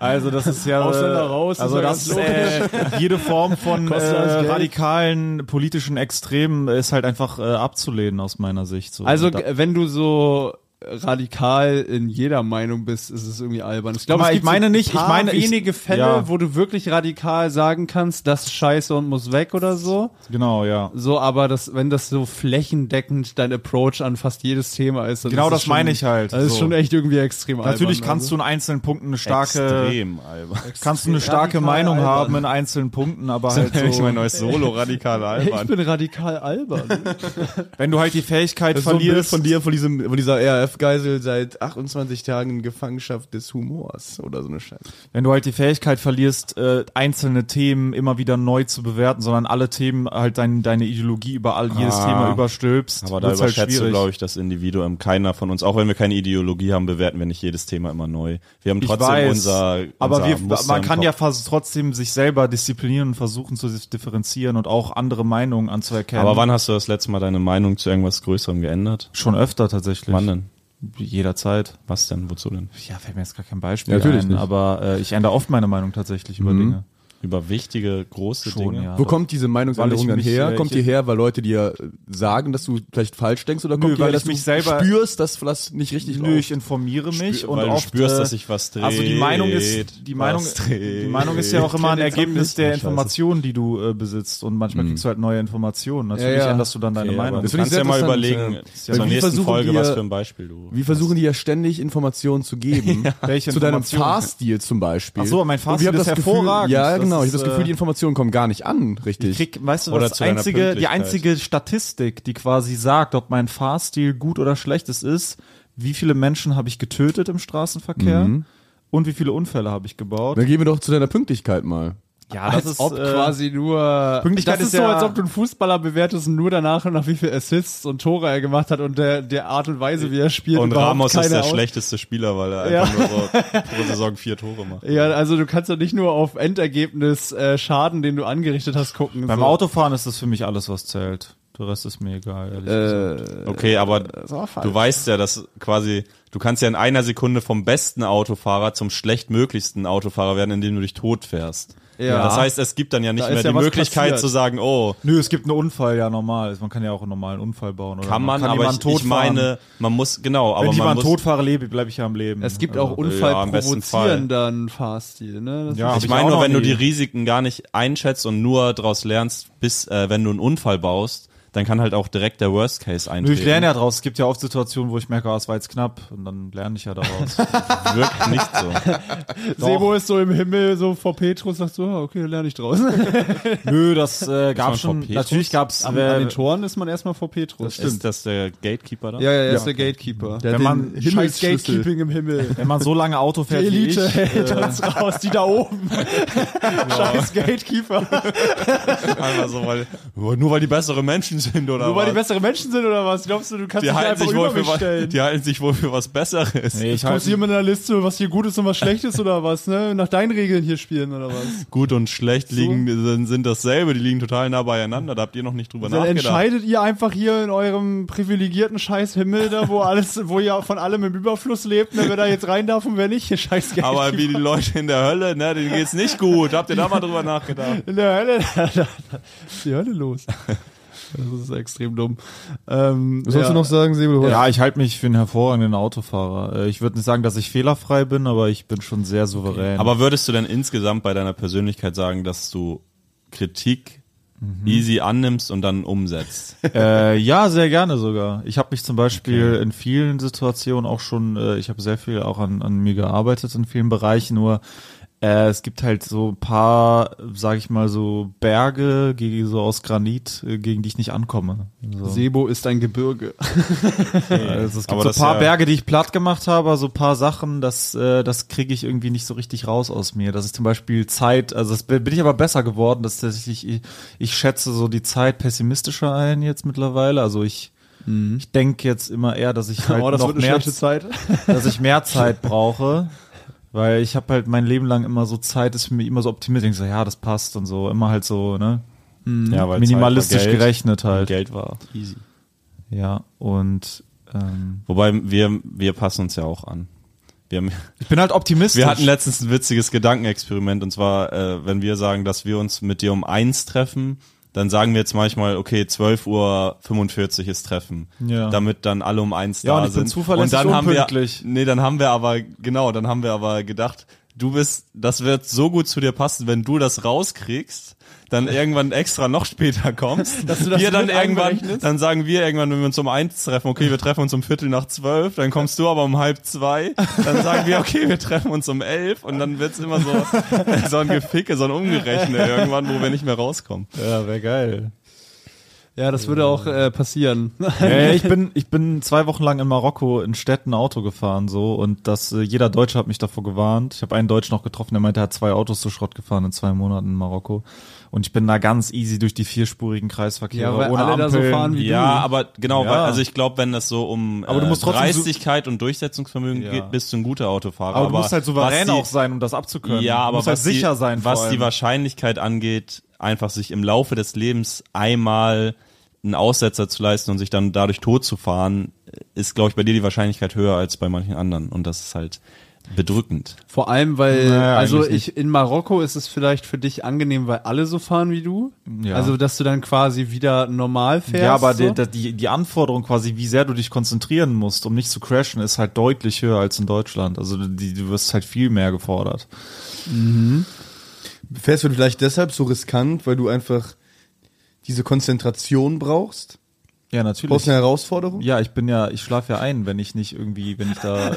C: Also das ist ja
B: Ausländer raus,
C: also
B: ist ja
C: das
B: ganz
C: äh, jede Form von äh,
B: Kostet alles Geld.
C: radikalen politischen Extremen ist halt einfach äh, abzulehnen aus meiner Sicht. So.
B: Also
C: Da-
B: g- wenn du so radikal in jeder Meinung bist, ist es irgendwie albern. Ich glaube,
C: Aber
B: es
C: ich
B: gibt so
C: meine
B: ein
C: nicht- ich
B: paar
C: meine, ich-
B: wenige Fälle,
C: ja.
B: wo du wirklich radikal sagen kannst, das ist scheiße und muss weg oder so.
C: genau ja.
B: So, aber das, wenn das so flächendeckend dein Approach an fast jedes Thema ist, dann
C: Genau
B: ist es
C: das meine ich halt,
B: Das ist
C: so.
B: schon echt irgendwie extrem
C: Natürlich
B: albern. also.
C: kannst du in einzelnen Punkten eine starke
D: Extrem, Alba.
C: kannst du eine starke
B: radikal
C: Meinung
B: albern.
C: haben in einzelnen Punkten, aber halt
D: Ich
C: so,
D: mein neues Solo, radikal
B: Ich
D: albern.
B: bin radikal albern.
C: wenn du halt die Fähigkeit
A: Das ist so ein Bild
C: verlierst,
A: von dir, von, diesem, von dieser RAF-Geisel seit 28 Tagen in Gefangenschaft des Humors oder so eine Scheiße.
C: Wenn du halt die Fähigkeit verlierst, äh, einzelne Themen immer wieder neu zu bewerten, sondern alle Themen halt dein, deine Ideologie über all, jedes
D: Ah.
C: Thema überstülpst,
D: Aber da
C: wird's halt
D: überschätzt du,
C: schwierig.
D: glaube ich, das Individuum. Keiner von uns, auch wenn wir keine Ideologie haben, bewerten wir nicht jedes Thema immer neu. Wir haben
C: Ich
D: trotzdem
C: weiß,
D: unser, unser
C: aber wir,
D: Muster
C: man
D: im
C: kann ja
D: Kopf.
C: vers- trotzdem sich selber disziplinieren und versuchen zu dis- differenzieren und auch andere Meinungen anzuerkennen.
D: Aber wann hast du das letzte Mal deine Meinung zu irgendwas Größerem geändert?
C: Schon öfter tatsächlich.
D: Wann denn?
C: Jederzeit.
D: Was denn? Wozu denn?
C: Ja, fällt mir jetzt gar kein Beispiel
A: Ja, natürlich
C: ein,
A: nicht.
C: aber äh, ich ändere oft meine Meinung tatsächlich über Dinge.
D: Über wichtige, große
C: Schon,
D: Mhm. Dinge.
C: ja.
A: Wo kommt diese Meinungsänderung
C: Weil
A: dann
C: ich mich,
A: her?
C: äh,
A: Kommt
C: ich-
A: die her, weil Leute dir äh, sagen, dass du vielleicht falsch denkst oder kommt die
C: weil
A: her,
C: ich
A: dass
C: mich
A: du
C: selber-
A: spürst, dass das nicht richtig
C: Nö,
A: läuft?
C: ich informiere mich
D: Spür-
C: und
D: weil du
C: oft,
D: spürst,
C: äh,
D: dass sich was dreht.
C: Also die Meinung ist die
D: Was
C: Meinung,
D: dreht.
C: die Meinung ist ja auch immer ein
D: Kenn den Song
C: Ergebnis
D: nicht.
C: der
D: Ach, scheiße.
C: Informationen, die du äh, besitzt und manchmal kriegst du halt neue Informationen. Natürlich
A: ja.
C: änderst du dann deine
D: Hm. Okay, aber
C: Meinung.
D: Du
A: Das finde ich
D: kannst ja mal
A: sehr
D: überlegen,
A: interessant, ja.
D: zur
A: Weil wir
D: nächsten
A: versuchen
D: Folge,
A: dir-
D: was für ein Beispiel du.
A: Wie versuchen die ja ständig Informationen zu geben?
C: Welche
A: zu deinem
C: Informationen?
A: Fahrstil zum Beispiel.
C: Ach so, mein
A: Und wir
C: Fahrstil
A: haben
C: ist
A: das
C: hervorragend.
A: Gefühl, ja,
C: Das
A: genau. ich
C: ist,
A: habe das Gefühl,
C: äh,
A: die Informationen kommen gar nicht an, richtig.
C: Krieg, weißt du,
D: Oder
C: das
D: zu deiner
C: einzige, die
D: Pünktlichkeit.
C: einzige Statistik, die quasi sagt, ob mein Fahrstil gut oder schlecht es ist, wie viele Menschen habe ich getötet im Straßenverkehr
D: Mhm.
C: und wie viele Unfälle habe ich gebaut.
A: Dann gehen wir doch zu deiner Pünktlichkeit mal.
C: Ja, äh,
B: als ob quasi nur.
C: Pünktlichkeit
B: das ist
C: ist
B: so,
C: ja-
B: als ob du einen Fußballer bewertest und nur danach nach wie viel Assists und Tore er gemacht hat und der, der Art und Weise, wie er spielt.
D: Und
B: überhaupt
D: Ramos
B: keine
D: ist der
B: Aus-
D: schlechteste Spieler, weil er einfach nur so pro Saison vier Tore macht.
B: Ja, also du kannst ja nicht nur auf Endergebnis äh, Schaden, den du angerichtet hast, gucken.
C: beim
B: so.
C: Autofahren ist das für mich alles, was zählt. Der Rest ist mir egal. ehrlich
D: Äh.
C: gesagt.
D: Okay, aber du weißt ja, dass quasi, du kannst ja in einer Sekunde vom besten Autofahrer zum schlechtmöglichsten Autofahrer werden, indem du dich tot fährst.
B: Ja.
D: Das heißt, es gibt dann ja nicht
B: Da ist
D: mehr
B: ja
D: die
B: was
D: Möglichkeit
B: passiert.
D: zu sagen, oh,
C: Nö, es gibt einen Unfall, ja normal. Man kann ja auch einen normalen Unfall bauen. Oder
D: kann man,
C: kann
D: aber
C: jemanden
D: ich, ich
C: totfahren.
D: meine, man muss, genau,
C: wenn
D: aber
C: ich
D: man
C: jemanden
D: muss,
C: totfahre, lebe, bleibe ich ja am Leben.
B: Es gibt
C: Also,
B: auch Unfall
D: ja, im besten
B: provozierenden Fahrstil, ne? Das
C: Ja,
B: ist-
C: hab
D: ich
C: auch
D: meine
C: noch
D: nur, wenn du
C: nie.
D: die Risiken gar nicht einschätzt und nur daraus lernst, bis äh, wenn du einen Unfall baust, dann kann halt auch direkt der Worst Case
C: Nö,
D: eintreten.
C: ich lerne ja draus. Es gibt ja oft Situationen, wo ich merke, ah, es war jetzt knapp. Und dann lerne ich ja daraus.
D: Wirkt nicht so.
B: Sebo ist so im Himmel, so vor Petrus, sagt so, ah, okay, lerne ich draus.
C: Nö, das äh, gab
D: man vor
C: schon.
D: Petrus?
C: Natürlich gab's.
B: An,
C: äh,
B: an den Toren ist man erstmal vor Petrus.
D: Ist das der Gatekeeper da?
B: ja, ja, er ist der Gatekeeper. Der
C: wenn man,
B: Scheiß Gatekeeping im Himmel.
C: wenn man so lange Auto fährt wie ich,
B: Elite hält
C: äh,
B: uns raus, die da oben. Scheiß Gatekeeper.
D: Einfach so, weil, nur weil die besseren Menschen sind oder
B: Nur weil die
D: was?
B: besseren Menschen sind oder was? Glaubst du, du kannst
D: Die
B: dich
D: halten,
B: einfach
D: sich
B: über
D: wohl
B: mich
D: für was,
B: stellen?
D: die halten sich wohl für was Besseres.
C: nee, ich
B: Kommst
C: halt,
B: du hier mit einer Liste, was hier gut ist und was schlecht ist oder was, ne? Nach deinen Regeln hier spielen oder was?
D: Gut und schlecht liegen sind, sind dasselbe, die liegen total nah beieinander, da habt ihr noch nicht drüber
B: Dann
D: nachgedacht.
B: entscheidet ihr einfach hier in eurem privilegierten Scheißhimmel da, wo alles, wo ihr von allem im Überfluss lebt, ne? Wer da jetzt rein darf und wer nicht, hier scheiß Gatekeeper.
D: Aber wie die Leute in der Hölle, ne, denen geht's nicht gut. Habt ihr da mal drüber nachgedacht?
B: In der Ne, Hölle, da, da, da ist die Hölle los. Das ist extrem dumm. Ähm,
A: Was sollst du noch sagen, Sebel?
C: ja, ich halte mich für einen hervorragenden Autofahrer. Äh, Ich würde nicht sagen, dass ich fehlerfrei bin, aber ich bin schon sehr souverän.
D: Aber würdest du denn insgesamt bei deiner Persönlichkeit sagen, dass du Kritik easy annimmst und dann umsetzt?
C: Äh, ja, sehr gerne sogar. Ich habe mich zum Beispiel in vielen Situationen auch schon, äh, ich habe sehr viel auch an, an mir gearbeitet in vielen Bereichen, nur äh, es gibt halt so ein paar, sage ich mal, so Berge gegen, so aus Granit, äh, gegen die ich nicht ankomme. So.
B: Sebo ist ein Gebirge.
C: Also es gibt
D: Aber
C: so ein
D: das
C: paar
D: ja-
C: Berge, die ich platt gemacht habe, so ein paar Sachen, das, äh, das kriege ich irgendwie nicht so richtig raus aus mir. Das ist zum Beispiel Zeit, also das bin bin ich aber besser geworden, dass tatsächlich ich, ich schätze so die Zeit pessimistischer ein jetzt mittlerweile. Also ich, ich denke jetzt immer eher, dass ich halt
B: Mhm. oh, das
C: noch
B: wird eine
C: mehr,
B: schlechte Zeit.
C: dass ich mehr Zeit brauche. Weil ich habe halt mein Leben lang immer so Zeit, ist für mich immer so optimistisch, ich so, ja, das passt und so, immer halt so, ne,
D: Ja, weil
C: minimalistisch
D: Zeit war Geld.
C: gerechnet halt.
D: Geld war easy.
C: Ja, und ähm,
D: Wobei wir, wir passen uns ja auch an. Wir haben,
C: ich bin halt optimistisch.
D: Wir hatten letztens ein witziges Gedankenexperiment und zwar, äh, wenn wir sagen, dass wir uns mit dir um eins treffen, dann sagen wir jetzt manchmal, okay, 12.45 Uhr ist Treffen,
C: Ja.
D: damit dann alle um eins
C: Ja,
D: da
C: und ich bin
D: sind.
C: zuverlässig
D: und dann haben wir,
C: unpünktlich.
D: nee, dann haben wir aber, genau, dann haben wir aber gedacht, du bist, das wird so gut zu dir passen, wenn du das rauskriegst, dann irgendwann extra noch später kommst,
B: Dass du das
D: wir dann
B: mit
D: irgendwann,
B: einberechnest?
D: dann sagen wir irgendwann, wenn wir uns um eins treffen, okay, wir treffen uns um Viertel nach zwölf, dann kommst du aber um halb zwei, dann sagen wir, okay, wir treffen uns um elf und dann wird's immer so, so ein Geficke, so ein Umgerechne irgendwann, wo wir nicht mehr rauskommen.
C: Ja, wäre geil.
B: Ja, das würde auch äh, passieren.
C: Äh, ich bin ich bin zwei Wochen lang in Marokko in Städten Auto gefahren so und das äh, jeder Deutsche hat mich davor gewarnt. Ich habe einen Deutschen noch getroffen, der meinte, er hat zwei Autos zu Schrott gefahren in zwei Monaten in Marokko und ich bin da ganz easy durch die vierspurigen Kreisverkehre
B: Ja, weil
C: ohne
B: alle da so
C: Ampeln.
B: fahren wie-
D: Ja, aber genau,
C: Ja.
D: Weil, also ich glaube, wenn das so um
C: Aber du musst trotzdem so-
D: Dreistigkeit und Durchsetzungsvermögen
C: Ja.
D: geht, bist du ein guter Autofahrer.
C: aber du musst halt souverän
D: was die-
C: auch sein, um das abzukönnen.
D: Ja,
C: du
D: aber
C: musst halt
D: was die-
C: sicher sein, vor
D: was die
C: allem.
D: Wahrscheinlichkeit angeht, einfach sich im Laufe des Lebens einmal einen Aussetzer zu leisten und sich dann dadurch tot zu fahren, ist, glaube ich, bei dir die Wahrscheinlichkeit höher als bei manchen anderen. Und das ist halt bedrückend.
B: Vor allem, weil,
A: Naja,
B: also
A: eigentlich
B: ich, in Marokko ist es vielleicht für dich angenehm, weil alle so fahren wie du. Also, dass du dann quasi wieder normal fährst.
C: Ja, aber
B: so.
C: die, die, die Anforderung quasi, wie sehr du dich konzentrieren musst, um nicht zu crashen, ist halt deutlich höher als in Deutschland. Also die, du wirst halt viel mehr gefordert.
A: Fährst du vielleicht deshalb so riskant, weil du einfach diese Konzentration brauchst?
C: Ja,
A: Brauchst
C: natürlich.
A: eine Herausforderung?
C: Ja, ich bin ja, ich schlafe ja ein, wenn ich nicht irgendwie, wenn ich da, äh,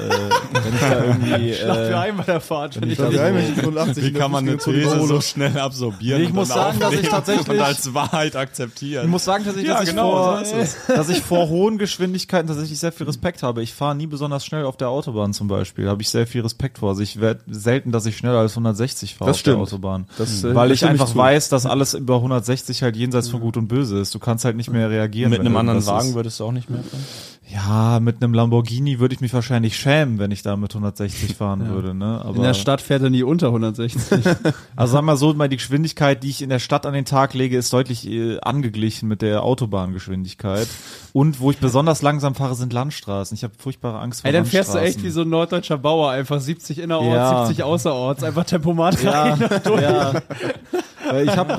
C: wenn ich da irgendwie.
B: Schlacht für
C: Äh,
B: einmal der Fahrt, wenn ich
A: Ja, genau.
B: das
A: wir haben ja die 85 in der Fußgängerzone überholt.
D: schnell absorbieren?
C: Ich und muss dann sagen, dass ich aufnehmen tatsächlich- und als
D: Wahrheit akzeptieren.
C: ich muss sagen, dass ich,
D: Ja,
C: dass,
D: genau,
C: ich
D: so
C: vor, dass ich vor hohen Geschwindigkeiten tatsächlich sehr viel Respekt habe. Ich fahre nie besonders schnell auf der Autobahn zum Beispiel. Habe ich sehr viel Respekt vor. Also ich werde selten, dass ich schneller als 160 fahre
A: Das
C: auf
A: stimmt.
C: der Autobahn.
A: Das, äh,
C: weil
A: das
C: ich
A: stimme ich
C: einfach
A: zu.
C: weiß, dass alles über 160 halt jenseits von Gut und Böse ist. Du kannst halt nicht mehr reagieren.
D: Mit
C: wenn
D: einem anderen
C: irgendwas
D: Wagen
C: ist.
D: würdest du auch nicht mehr fahren?
C: Ja, mit einem Lamborghini würde ich mich wahrscheinlich schämen, wenn ich da mit 160 fahren würde. Ne? Aber
B: In der Stadt fährt er nie unter 160.
C: Also sagen wir mal so, mal die Geschwindigkeit, die ich in der Stadt an den Tag lege, ist deutlich äh, angeglichen mit der Autobahngeschwindigkeit. Und wo ich besonders langsam fahre, sind Landstraßen. Ich habe furchtbare Angst vor
B: Ey, dann fährst du echt wie
C: Landstraßen.
B: so ein norddeutscher Bauer, einfach 70 innerorts,
C: Ja.
B: 70 außerorts, einfach Tempomat rein.
C: Ja. Äh, ich habe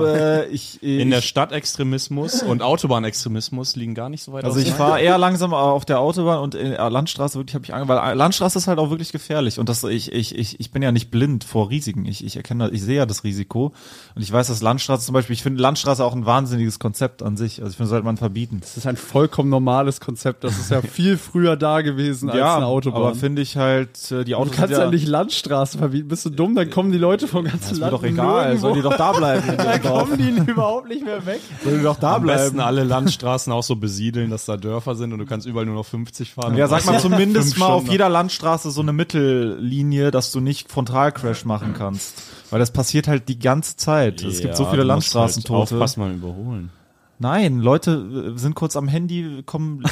C: äh, ich äh,
D: In der
C: ich,
D: Stadt Extremismus und Autobahnextremismus liegen gar nicht so weit
C: also ich fahre eher langsam auf der Autobahn und in der Landstraße wirklich habe ich Angst, weil äh, Landstraße ist halt auch wirklich gefährlich und das ich ich ich, ich bin ja nicht blind vor Risiken. Ich ich erkenne ich sehe ja das Risiko und ich weiß, dass Landstraße zum Beispiel ich finde Landstraße auch ein wahnsinniges Konzept an sich. Also ich finde, das sollte man verbieten.
B: Das ist ein vollkommen normales Konzept. Das ist ja viel früher da gewesen als halt eine Autobahn.
C: Aber finde ich halt, äh, die
B: du
C: Autos
B: kannst
C: sind
B: ja, nicht Landstraße verbieten. Bist du dumm? Dann kommen die Leute vom ganzen
C: Ist mir
B: Land.
C: doch egal, sollen die doch da bleiben. in
B: Da
D: genau.
C: ihrem Dorf.
B: kommen die überhaupt nicht mehr weg.
C: Sollen die doch da
D: Am besten
C: bleiben.
D: alle Landstraßen auch so besiedeln, dass da Dörfer sind und du kannst überall nur noch 50 fahren. Oh,
C: Ja, sag mal zumindest
D: Fünf
C: mal auf
D: Stunden.
C: jeder Landstraße so eine Mittellinie, dass du nicht Frontalcrash machen kannst. Weil das passiert halt die ganze Zeit. Es gibt so
D: Ja,
C: viele
D: du musst
C: Landstraßentote.
D: Halt aufpassen beim Überholen.
C: Nein, Leute äh, sind kurz am Handy, kommen.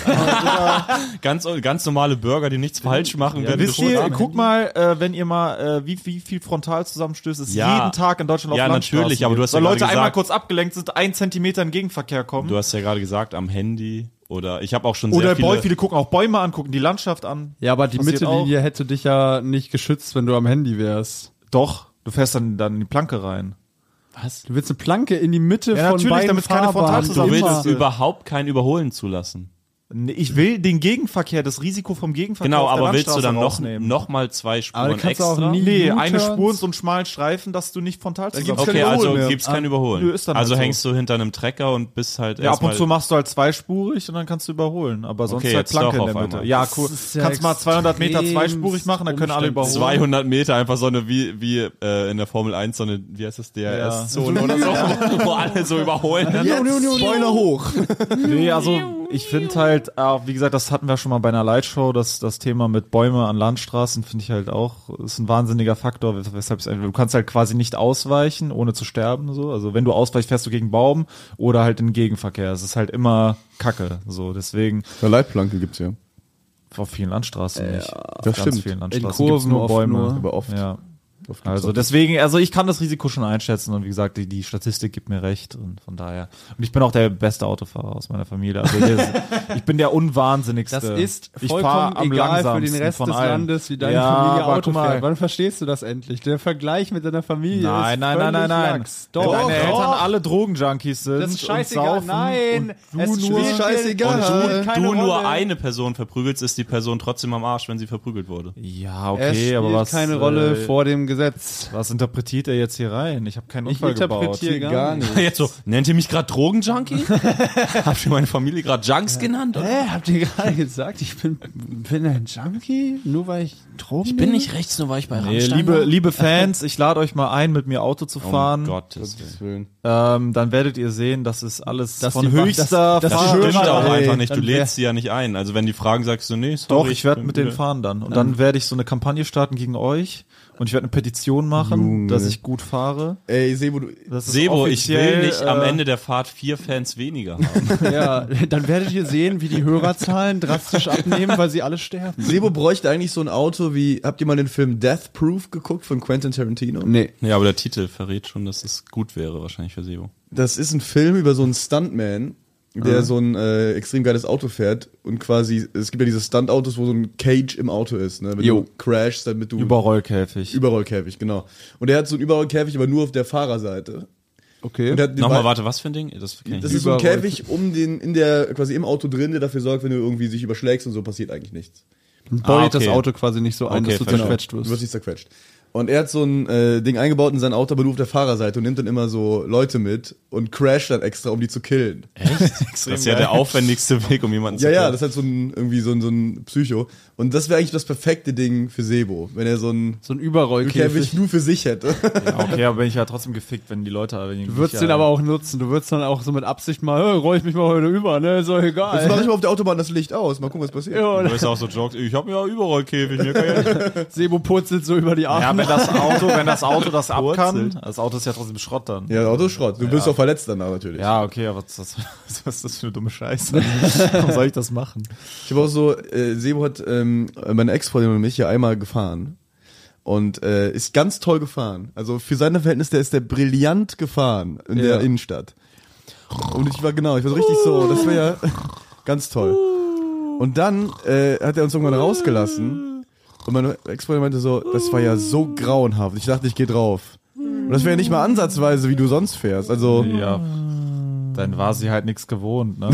D: Ganz, ganz normale Bürger, die nichts falsch machen.
C: Ja,
D: werden
C: wisst
D: bedroht.
C: ihr, guck mal, äh, wenn ihr mal, äh, wie, wie viel Frontalzusammenstöße es
D: Ja.
C: jeden Tag in Deutschland auf
D: Ja,
C: Landstraßen
D: natürlich, aber
C: gibt.
D: du hast ja
C: Weil Leute
D: gerade
C: einmal
D: gesagt-
C: kurz abgelenkt sind, ein Zentimeter in den Gegenverkehr kommen.
D: Du hast ja gerade gesagt, am Handy oder ich habe auch schon
C: Oder
D: sehr viele,
C: Bäume, viele gucken auch Bäume an, gucken die Landschaft an.
B: Ja, aber die
C: Passiert
B: Mittellinie hätte dich ja nicht geschützt, wenn du am Handy wärst.
C: Doch, du fährst dann, dann in die Planke rein.
B: Du willst eine Planke in die Mitte
C: Ja,
B: von
C: natürlich,
B: beiden
C: damit keine
B: Fahrbahnen.
C: Frontalzusammen-
D: Du willst
C: Immer.
D: überhaupt kein Überholen zulassen.
C: Nee, Ich will den Gegenverkehr, das Risiko vom Gegenverkehr.
D: Genau,
C: auf der
D: aber willst du dann noch,
C: Landstraße rausnehmen?
D: noch mal zwei Spuren
B: Aber dann kannst du
D: extra?
B: auch nie
C: Nee, eine
B: U-Turns.
C: Spur und so einen schmalen Streifen, dass du nicht frontal
A: gibt's
C: zusammen-
D: okay,
A: kein
D: also
A: Überholen mehr.
D: gibt's kein Überholen.
C: nö, ist dann halt
D: also
C: so.
D: hängst du hinter einem Trecker und bist halt
C: Ja, ab und
D: erstmal-
C: zu machst du halt zweispurig und dann kannst du überholen. Aber sonst
D: Okay,
C: halt
D: jetzt
C: Planke in
D: doch
C: der
D: auf
C: Mitte.
D: einmal.
C: Ja, cool.
B: ist ja
C: kannst mal 200 Meter
B: extremst
C: zweispurig machen, dann können alle überholen.
B: umständlich.
D: 200 Meter einfach so eine wie wie äh, in der Formel 1 so eine wie heißt das DRS Zone oder so wo alle so überholen
A: Spoiler hoch.
C: Nee, also ich finde halt, auch, wie gesagt, das hatten wir schon mal bei einer Lightshow, das, das Thema mit Bäume an Landstraßen finde ich halt auch, ist ein wahnsinniger Faktor, wes- weshalb es- du kannst halt quasi nicht ausweichen, ohne zu sterben, so. Also wenn du ausweichst, fährst du gegen Baum oder halt in Gegenverkehr. Es ist halt immer Kacke, so. Deswegen,
A: Ja, Leitplanke gibt's ja.
C: auf vielen Landstraßen nicht. Auf
A: das
C: ganz
A: stimmt.
C: vielen
A: In
C: Landstraßen gibt's
B: Kurven
C: nur
B: oft
C: Bäume.
B: nur.
A: Aber oft.
C: Ja.
A: Auf gibt's
C: Also
A: auch.
C: deswegen, also ich kann das Risiko schon einschätzen und wie gesagt, die, die Statistik gibt mir recht und von daher. Und ich bin auch der beste Autofahrer aus meiner Familie. Also hier ist, ich bin der unwahnsinnigste.
B: Das ist
C: ich
B: vollkommen
C: fahr am
B: egal für den
C: langsamsten
B: Rest
C: von
B: des
C: allen.
B: Landes, wie deine
C: ja,
B: Familie
C: aber
B: Auto
C: guck mal.
B: fährt. Wann verstehst du das endlich? Der Vergleich mit deiner Familie
C: Nein,
B: ist
C: nein, nein, nein,
B: völlig
C: nein.
B: Lachs.
C: Wenn
B: Doch,
C: deine Eltern
B: doch.
C: alle Drogenjunkies sind.
B: Das ist scheißegal.
C: Und saufen
B: Nein,
C: und
B: es
C: du nur
B: spielt
A: scheißegal.
B: spielt keine
D: du nur
B: Rolle.
D: eine Person verprügelst ist die Person trotzdem am Arsch wenn sie verprügelt wurde
C: Ja, okay,
B: Es spielt
C: aber was.
B: keine Rolle
C: äh,
B: vor dem Gesetz.
C: was interpretiert er jetzt hier rein? Ich habe keinen
B: Ich
C: Unfall gebaut.
B: interpretiere gar,
A: Gar
B: nicht.
A: nicht.
D: jetzt so nennt ihr mich gerade Drogenjunkie habt ihr meine Familie gerade Junks genannt Oh oder?
B: Hä, habt ihr gerade gesagt, ich bin, bin ein Junkie, nur weil ich Drogen
I: Ich bin nicht rechts, nur weil ich bei
C: Nee,
I: Rammstein
C: liebe,
I: war.
C: liebe Fans, ich lade euch mal ein, mit mir Auto zu fahren.
D: um Gottes Willen.
A: Gottes Willen.
C: Ähm, dann werdet ihr sehen, das ist alles
B: Dass
C: von
B: die Wa-
C: höchster
B: dass-
D: Das
B: dass Ah,
D: stimmt
B: Döner,
D: auch
B: ey,
D: einfach nicht. Du
B: dann wär-
D: lädst sie ja nicht ein. Also wenn die fragen, sagst du, nee, sorry.
C: Doch, ich werde
D: bin
C: mit denen
D: müde.
C: fahren dann. Und
B: Ähm.
C: dann werde ich so eine Kampagne starten gegen euch und ich werde eine Petition machen, dass ich gut fahre.
A: Ey, Sebo, du.
C: Das ist
D: Sebo, ich will
C: offiziell,
D: nicht am
C: äh,
D: Ende der Fahrt vier Fans weniger haben.
B: Ja, dann werdet ihr sehen, wie die Hörerzahlen drastisch abnehmen, weil sie alle sterben.
A: Sebo bräuchte eigentlich so ein Auto wie. Habt ihr mal den Film Death Proof geguckt von Quentin Tarantino?
B: Nee.
D: ja, aber der Titel verrät schon, dass es gut wäre wahrscheinlich für Sebo.
A: Das ist ein Film über so einen Stuntman, der so ein äh, extrem geiles Auto fährt und quasi, es gibt ja diese Stunt-Autos, wo so ein Cage im Auto ist, ne? Wenn
B: Jo.
A: du crashst, damit du.
C: Überrollkäfig.
A: Überrollkäfig, genau. Und er hat so einen Überrollkäfig, aber nur auf der Fahrerseite.
B: Okay.
A: Und er hat den
D: Nochmal,
A: Ball-
D: warte, was für ein Ding? Das kenn ich
A: Das
D: nicht.
A: ist so ein
B: Überroll-
A: Käfig um den, in der, quasi im Auto drin, der dafür sorgt, wenn du irgendwie sich überschlägst und so passiert eigentlich nichts. Genau.
B: beutet
D: Ah, okay.
B: das Auto quasi nicht so ein,
D: Okay,
B: dass du
D: verstehe.
B: zerquetscht
A: Du
B: wirst.
A: wirst nicht zerquetscht. Und er hat so ein äh, Ding eingebaut in sein Auto, aber nur auf der Fahrerseite und nimmt dann immer so Leute mit und crasht dann extra, um die zu killen.
D: Das ist ja der aufwendigste Weg, um jemanden
A: Ja,
D: zu
A: ja,
D: killen.
A: das ist halt so ein, irgendwie so ein, so ein Psycho. Und das wäre eigentlich das perfekte Ding für Sebo, wenn er so ein
B: So ein
A: Käfig
B: Überrollkäfig.
A: nur für sich hätte.
C: Okay, aber bin ich ja trotzdem gefickt, wenn die Leute.
B: Du würdest den aber auch nutzen. Du würdest dann auch so mit Absicht mal, hey, roll ich mich mal heute über, ne? Ist doch
A: Jetzt mach
B: egal.
A: ich mal auf der Autobahn das Licht aus, mal gucken, was passiert.
B: Ja,
D: Du
B: und
D: hast auch so Jokes, ich hab ja Überrollkäfig, mir kann ja nicht.
B: Sebo purzelt so über die
C: Ja,
B: Arme.
C: wenn das Auto, wenn das Auto das ab kann, das Auto ist ja trotzdem Schrott dann.
A: Ja, das Auto ist Schrott. Du wirst auch verletzt danach natürlich.
C: Ja, okay, aber was, was, was ist das für eine dumme Scheiße? Warum soll ich das machen?
A: Ich habe auch so, äh, Sebo hat ähm, meine Ex-Freundin und mich hier einmal gefahren. Und äh, ist ganz toll gefahren. Also für seine Verhältnisse, der ist der brillant gefahren in der Innenstadt. Und ich war genau, ich war so richtig so, das wäre ja ganz toll. Und dann äh, hat er uns irgendwann rausgelassen. Und meine Ex-Freundin meinte so, das war ja so grauenhaft. Ich dachte, ich gehe drauf. Und das wäre ja nicht mal ansatzweise, wie du sonst fährst. Also,
C: Ja, dann war sie halt nichts gewohnt, ne?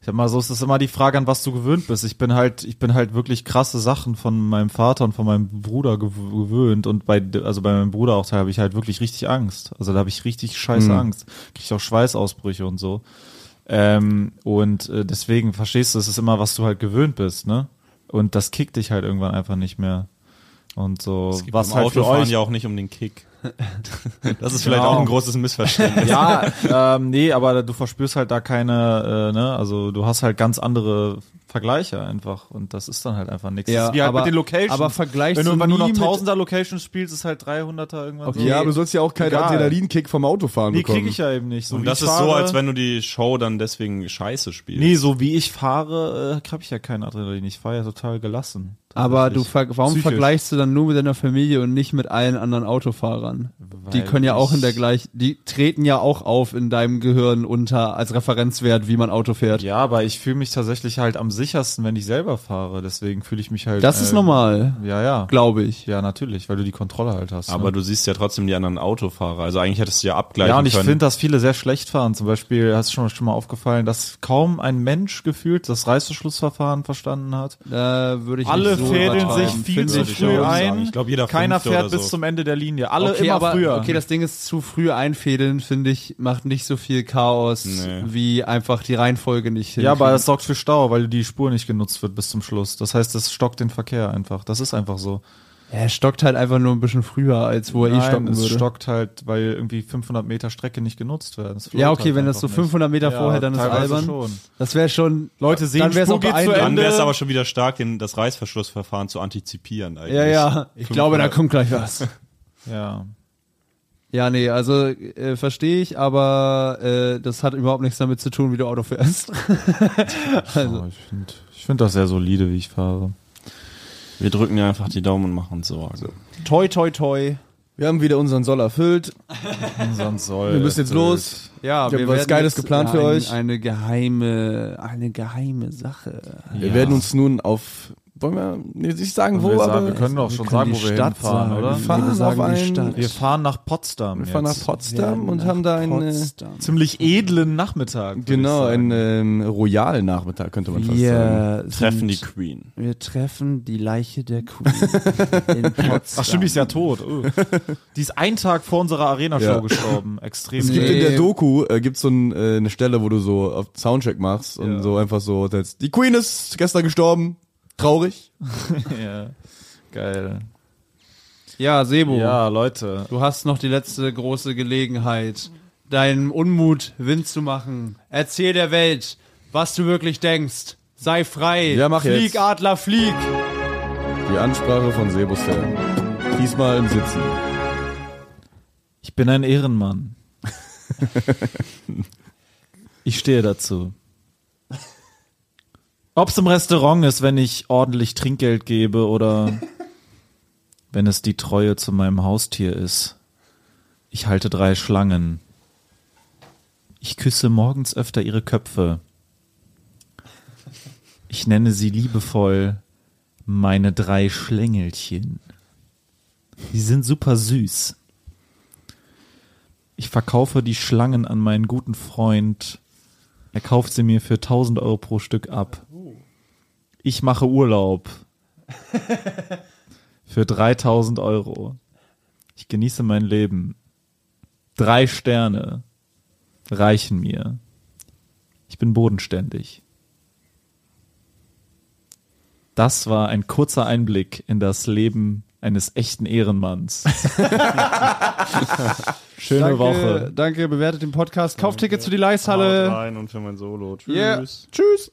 C: Ich hab mal so, es ist immer die Frage, an was du gewöhnt bist. Ich bin halt, ich bin halt wirklich krasse Sachen von meinem Vater und von meinem Bruder gew- gewöhnt und bei, de- also bei meinem Bruder auch, da habe ich halt wirklich richtig Angst. Also da habe ich richtig scheiße Angst. Krieg ich auch Schweißausbrüche und so. Ähm, und äh, deswegen verstehst du, es ist immer, was du halt gewöhnt bist, ne? Und das kickt dich halt irgendwann einfach nicht mehr. Und so, was
D: Im
C: halt für
D: Autofahren
C: euch Genau.
D: ja auch nicht um den Kick. Das ist vielleicht auch ein großes Missverständnis.
C: ja, ähm, nee, aber du verspürst halt da keine, äh, ne, also du hast halt ganz andere Vergleiche einfach und das ist dann halt einfach nichts.
B: Ja,
C: das ist wie halt
B: aber-
C: mit den Locations.
B: aber vergleichst
C: wenn du,
B: du
C: wenn du noch
B: nie mit-
C: 1000er Locations spielst, ist halt 300er irgendwann
B: Okay.
C: so.
A: ja, aber du sollst ja auch keinen
C: Egal.
A: Adrenalinkick vom Autofahren
C: Nee,
A: bekommen.
C: krieg ich ja eben nicht. So
D: Und
C: wie
D: das
C: ich
D: ist so,
C: fahre-
D: als wenn du die Show dann deswegen scheiße spielst.
C: Nee, so wie ich fahre, äh, hab ich ja kein Adrenalin. Ich fahre ja total gelassen.
B: Aber du, ver warum
C: Psychisch.
B: vergleichst du dann nur mit deiner Familie und nicht mit allen anderen Autofahrern? die können ja auch in der gleichen, die treten ja auch auf in deinem Gehirn unter als Referenzwert, wie man Auto fährt.
C: Ja, aber ich fühle mich tatsächlich halt am sichersten, wenn ich selber fahre. Deswegen fühle ich mich halt.
B: Das ist
C: äh,
B: normal,
C: Ja, ja.
B: glaube ich.
C: Ja, natürlich, weil du die Kontrolle halt hast. ne?
D: Aber du siehst ja trotzdem die anderen Autofahrer. Also eigentlich hättest du ja abgleichen
C: Ja, und ich
D: können.
C: finde, dass viele sehr schlecht fahren. Zum Beispiel, hast du schon, schon mal aufgefallen, dass kaum ein Mensch gefühlt das Reißverschlussverfahren verstanden hat.
B: Da würde ich
C: Alle
B: nicht so
C: fädeln sich
B: übertreiben,
C: viel
B: finde
C: zu
B: ich
C: früh
B: schon.
C: ein.
D: Ich glaub, jeder
C: Keiner
D: Fünfte
C: fährt
D: oder
C: bis
D: so.
C: zum Ende der Linie. Alle
B: Okay,
C: immer
B: aber,
C: früher.
B: okay, das Ding ist zu früh einfädeln, finde ich, macht nicht so viel Chaos,
D: Nee.
B: wie einfach die Reihenfolge nicht
C: ja, aber
B: hinkriegen.
C: es sorgt für Stau, weil die Spur nicht genutzt wird bis zum Schluss. Das heißt, das stockt den Verkehr einfach. Das ist einfach so.
B: Er stockt halt einfach nur ein bisschen früher, als wo er eh stocken
C: es
B: würde.
C: stockt halt, weil irgendwie 500 Meter Strecke nicht genutzt werden. Es
B: ja,
C: float
B: okay,
C: halt
B: wenn das
C: einfach
B: so
C: nicht.
B: 500 Meter
C: Ja,
B: vorher, dann ist
C: teilweise
B: albern.
C: schon.
B: Das wäre schon.
C: Leute sehen,
B: dann wär's
C: Spur
B: auch
C: geht zu
B: beeindruckend.
D: dann wäre es
C: Ende-
D: aber schon wieder stark, den, das Reißverschlussverfahren zu antizipieren eigentlich.
B: Ja, ja. Ich glaube, da kommt gleich was.
C: Ja.
B: Ja, nee, also äh, verstehe ich, aber äh, das hat überhaupt nichts damit zu tun, wie du Auto fährst. Also
C: Oh, ich finde ich find das sehr solide, wie ich fahre.
D: Wir drücken dir einfach die Daumen und machen uns Sorgen.
B: toi, toi, toi.
A: Wir haben wieder unseren Soll erfüllt.
C: Sonst soll.
A: Wir müssen jetzt los.
B: Ja,
A: Ich hab was
B: werden
A: Geiles
B: jetzt-
A: geplant für
B: ein-
A: euch.
B: Eine geheime, eine geheime Sache.
A: Wir werden uns nun auf. Wollen wir nee, nicht sagen, wo,
C: wir,
A: aber.
C: sagen, wir können doch schon sagen, wo wir hinfahren, oder?
B: Wir
A: Fahren
B: fahren
A: auf
B: sagen die
A: einen-
B: Stadt.
C: Wir fahren nach Potsdam.
A: Wir fahren nach
C: jetzt.
A: Potsdam und haben da einen. äh,
B: Potsdam.
C: Ziemlich edlen Nachmittag. würd
A: Genau,
C: ich sagen.
A: einen ähm, royalen Nachmittag könnte man fast sagen.
B: Wir
D: Treffen
B: sind-
D: die Queen.
B: Wir treffen die Leiche der Queen in Potsdam.
C: Ach stimmt, die ist ja tot. Oh. Die ist einen Tag vor unserer Arena-Show
A: Ja.
C: gestorben. Extrem.
A: Es gibt in
B: Nee.
A: der Doku äh, gibt's so ein, äh, eine Stelle, wo du so auf Soundcheck machst und so einfach so jetzt, die Queen ist gestern gestorben. Traurig.
C: ja. Geil. Oh.
B: Ja, Sebo,
C: Ja, Leute.
B: du hast noch die letzte große Gelegenheit, deinem Unmut Wind zu machen. Erzähl der Welt, was du wirklich denkst. Sei frei.
A: Ja, mach
B: flieg,
A: jetzt.
B: Adler, flieg.
A: Die Ansprache von Sebustel. Diesmal im Sitzen.
C: Ich bin ein Ehrenmann. ich stehe dazu. Ob es im Restaurant ist, wenn ich ordentlich Trinkgeld gebe oder wenn es die Treue zu meinem Haustier ist. Ich halte drei Schlangen. Ich küsse morgens öfter ihre Köpfe. Ich nenne sie liebevoll meine drei Schlängelchen. Die sind super süß. Ich verkaufe die Schlangen an meinen guten Freund. Er kauft sie mir für 1000 Euro pro Stück ab. Ich mache Urlaub. Für 3000 Euro. Ich genieße mein Leben. Drei Sterne reichen mir. Ich bin bodenständig. Das war ein kurzer Einblick in das Leben eines echten Ehrenmanns. Schöne
B: Danke,
C: Woche.
B: Danke, bewertet den Podcast. Kauft Tickets für die Leishalle.
D: rein und für mein Solo. Tschüss.
B: Yeah. Tschüss.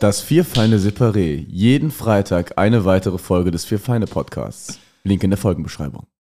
A: Das Vierfeine Separé. Jeden Freitag eine weitere Folge des Vierfeine Podcasts. Link in der Folgenbeschreibung.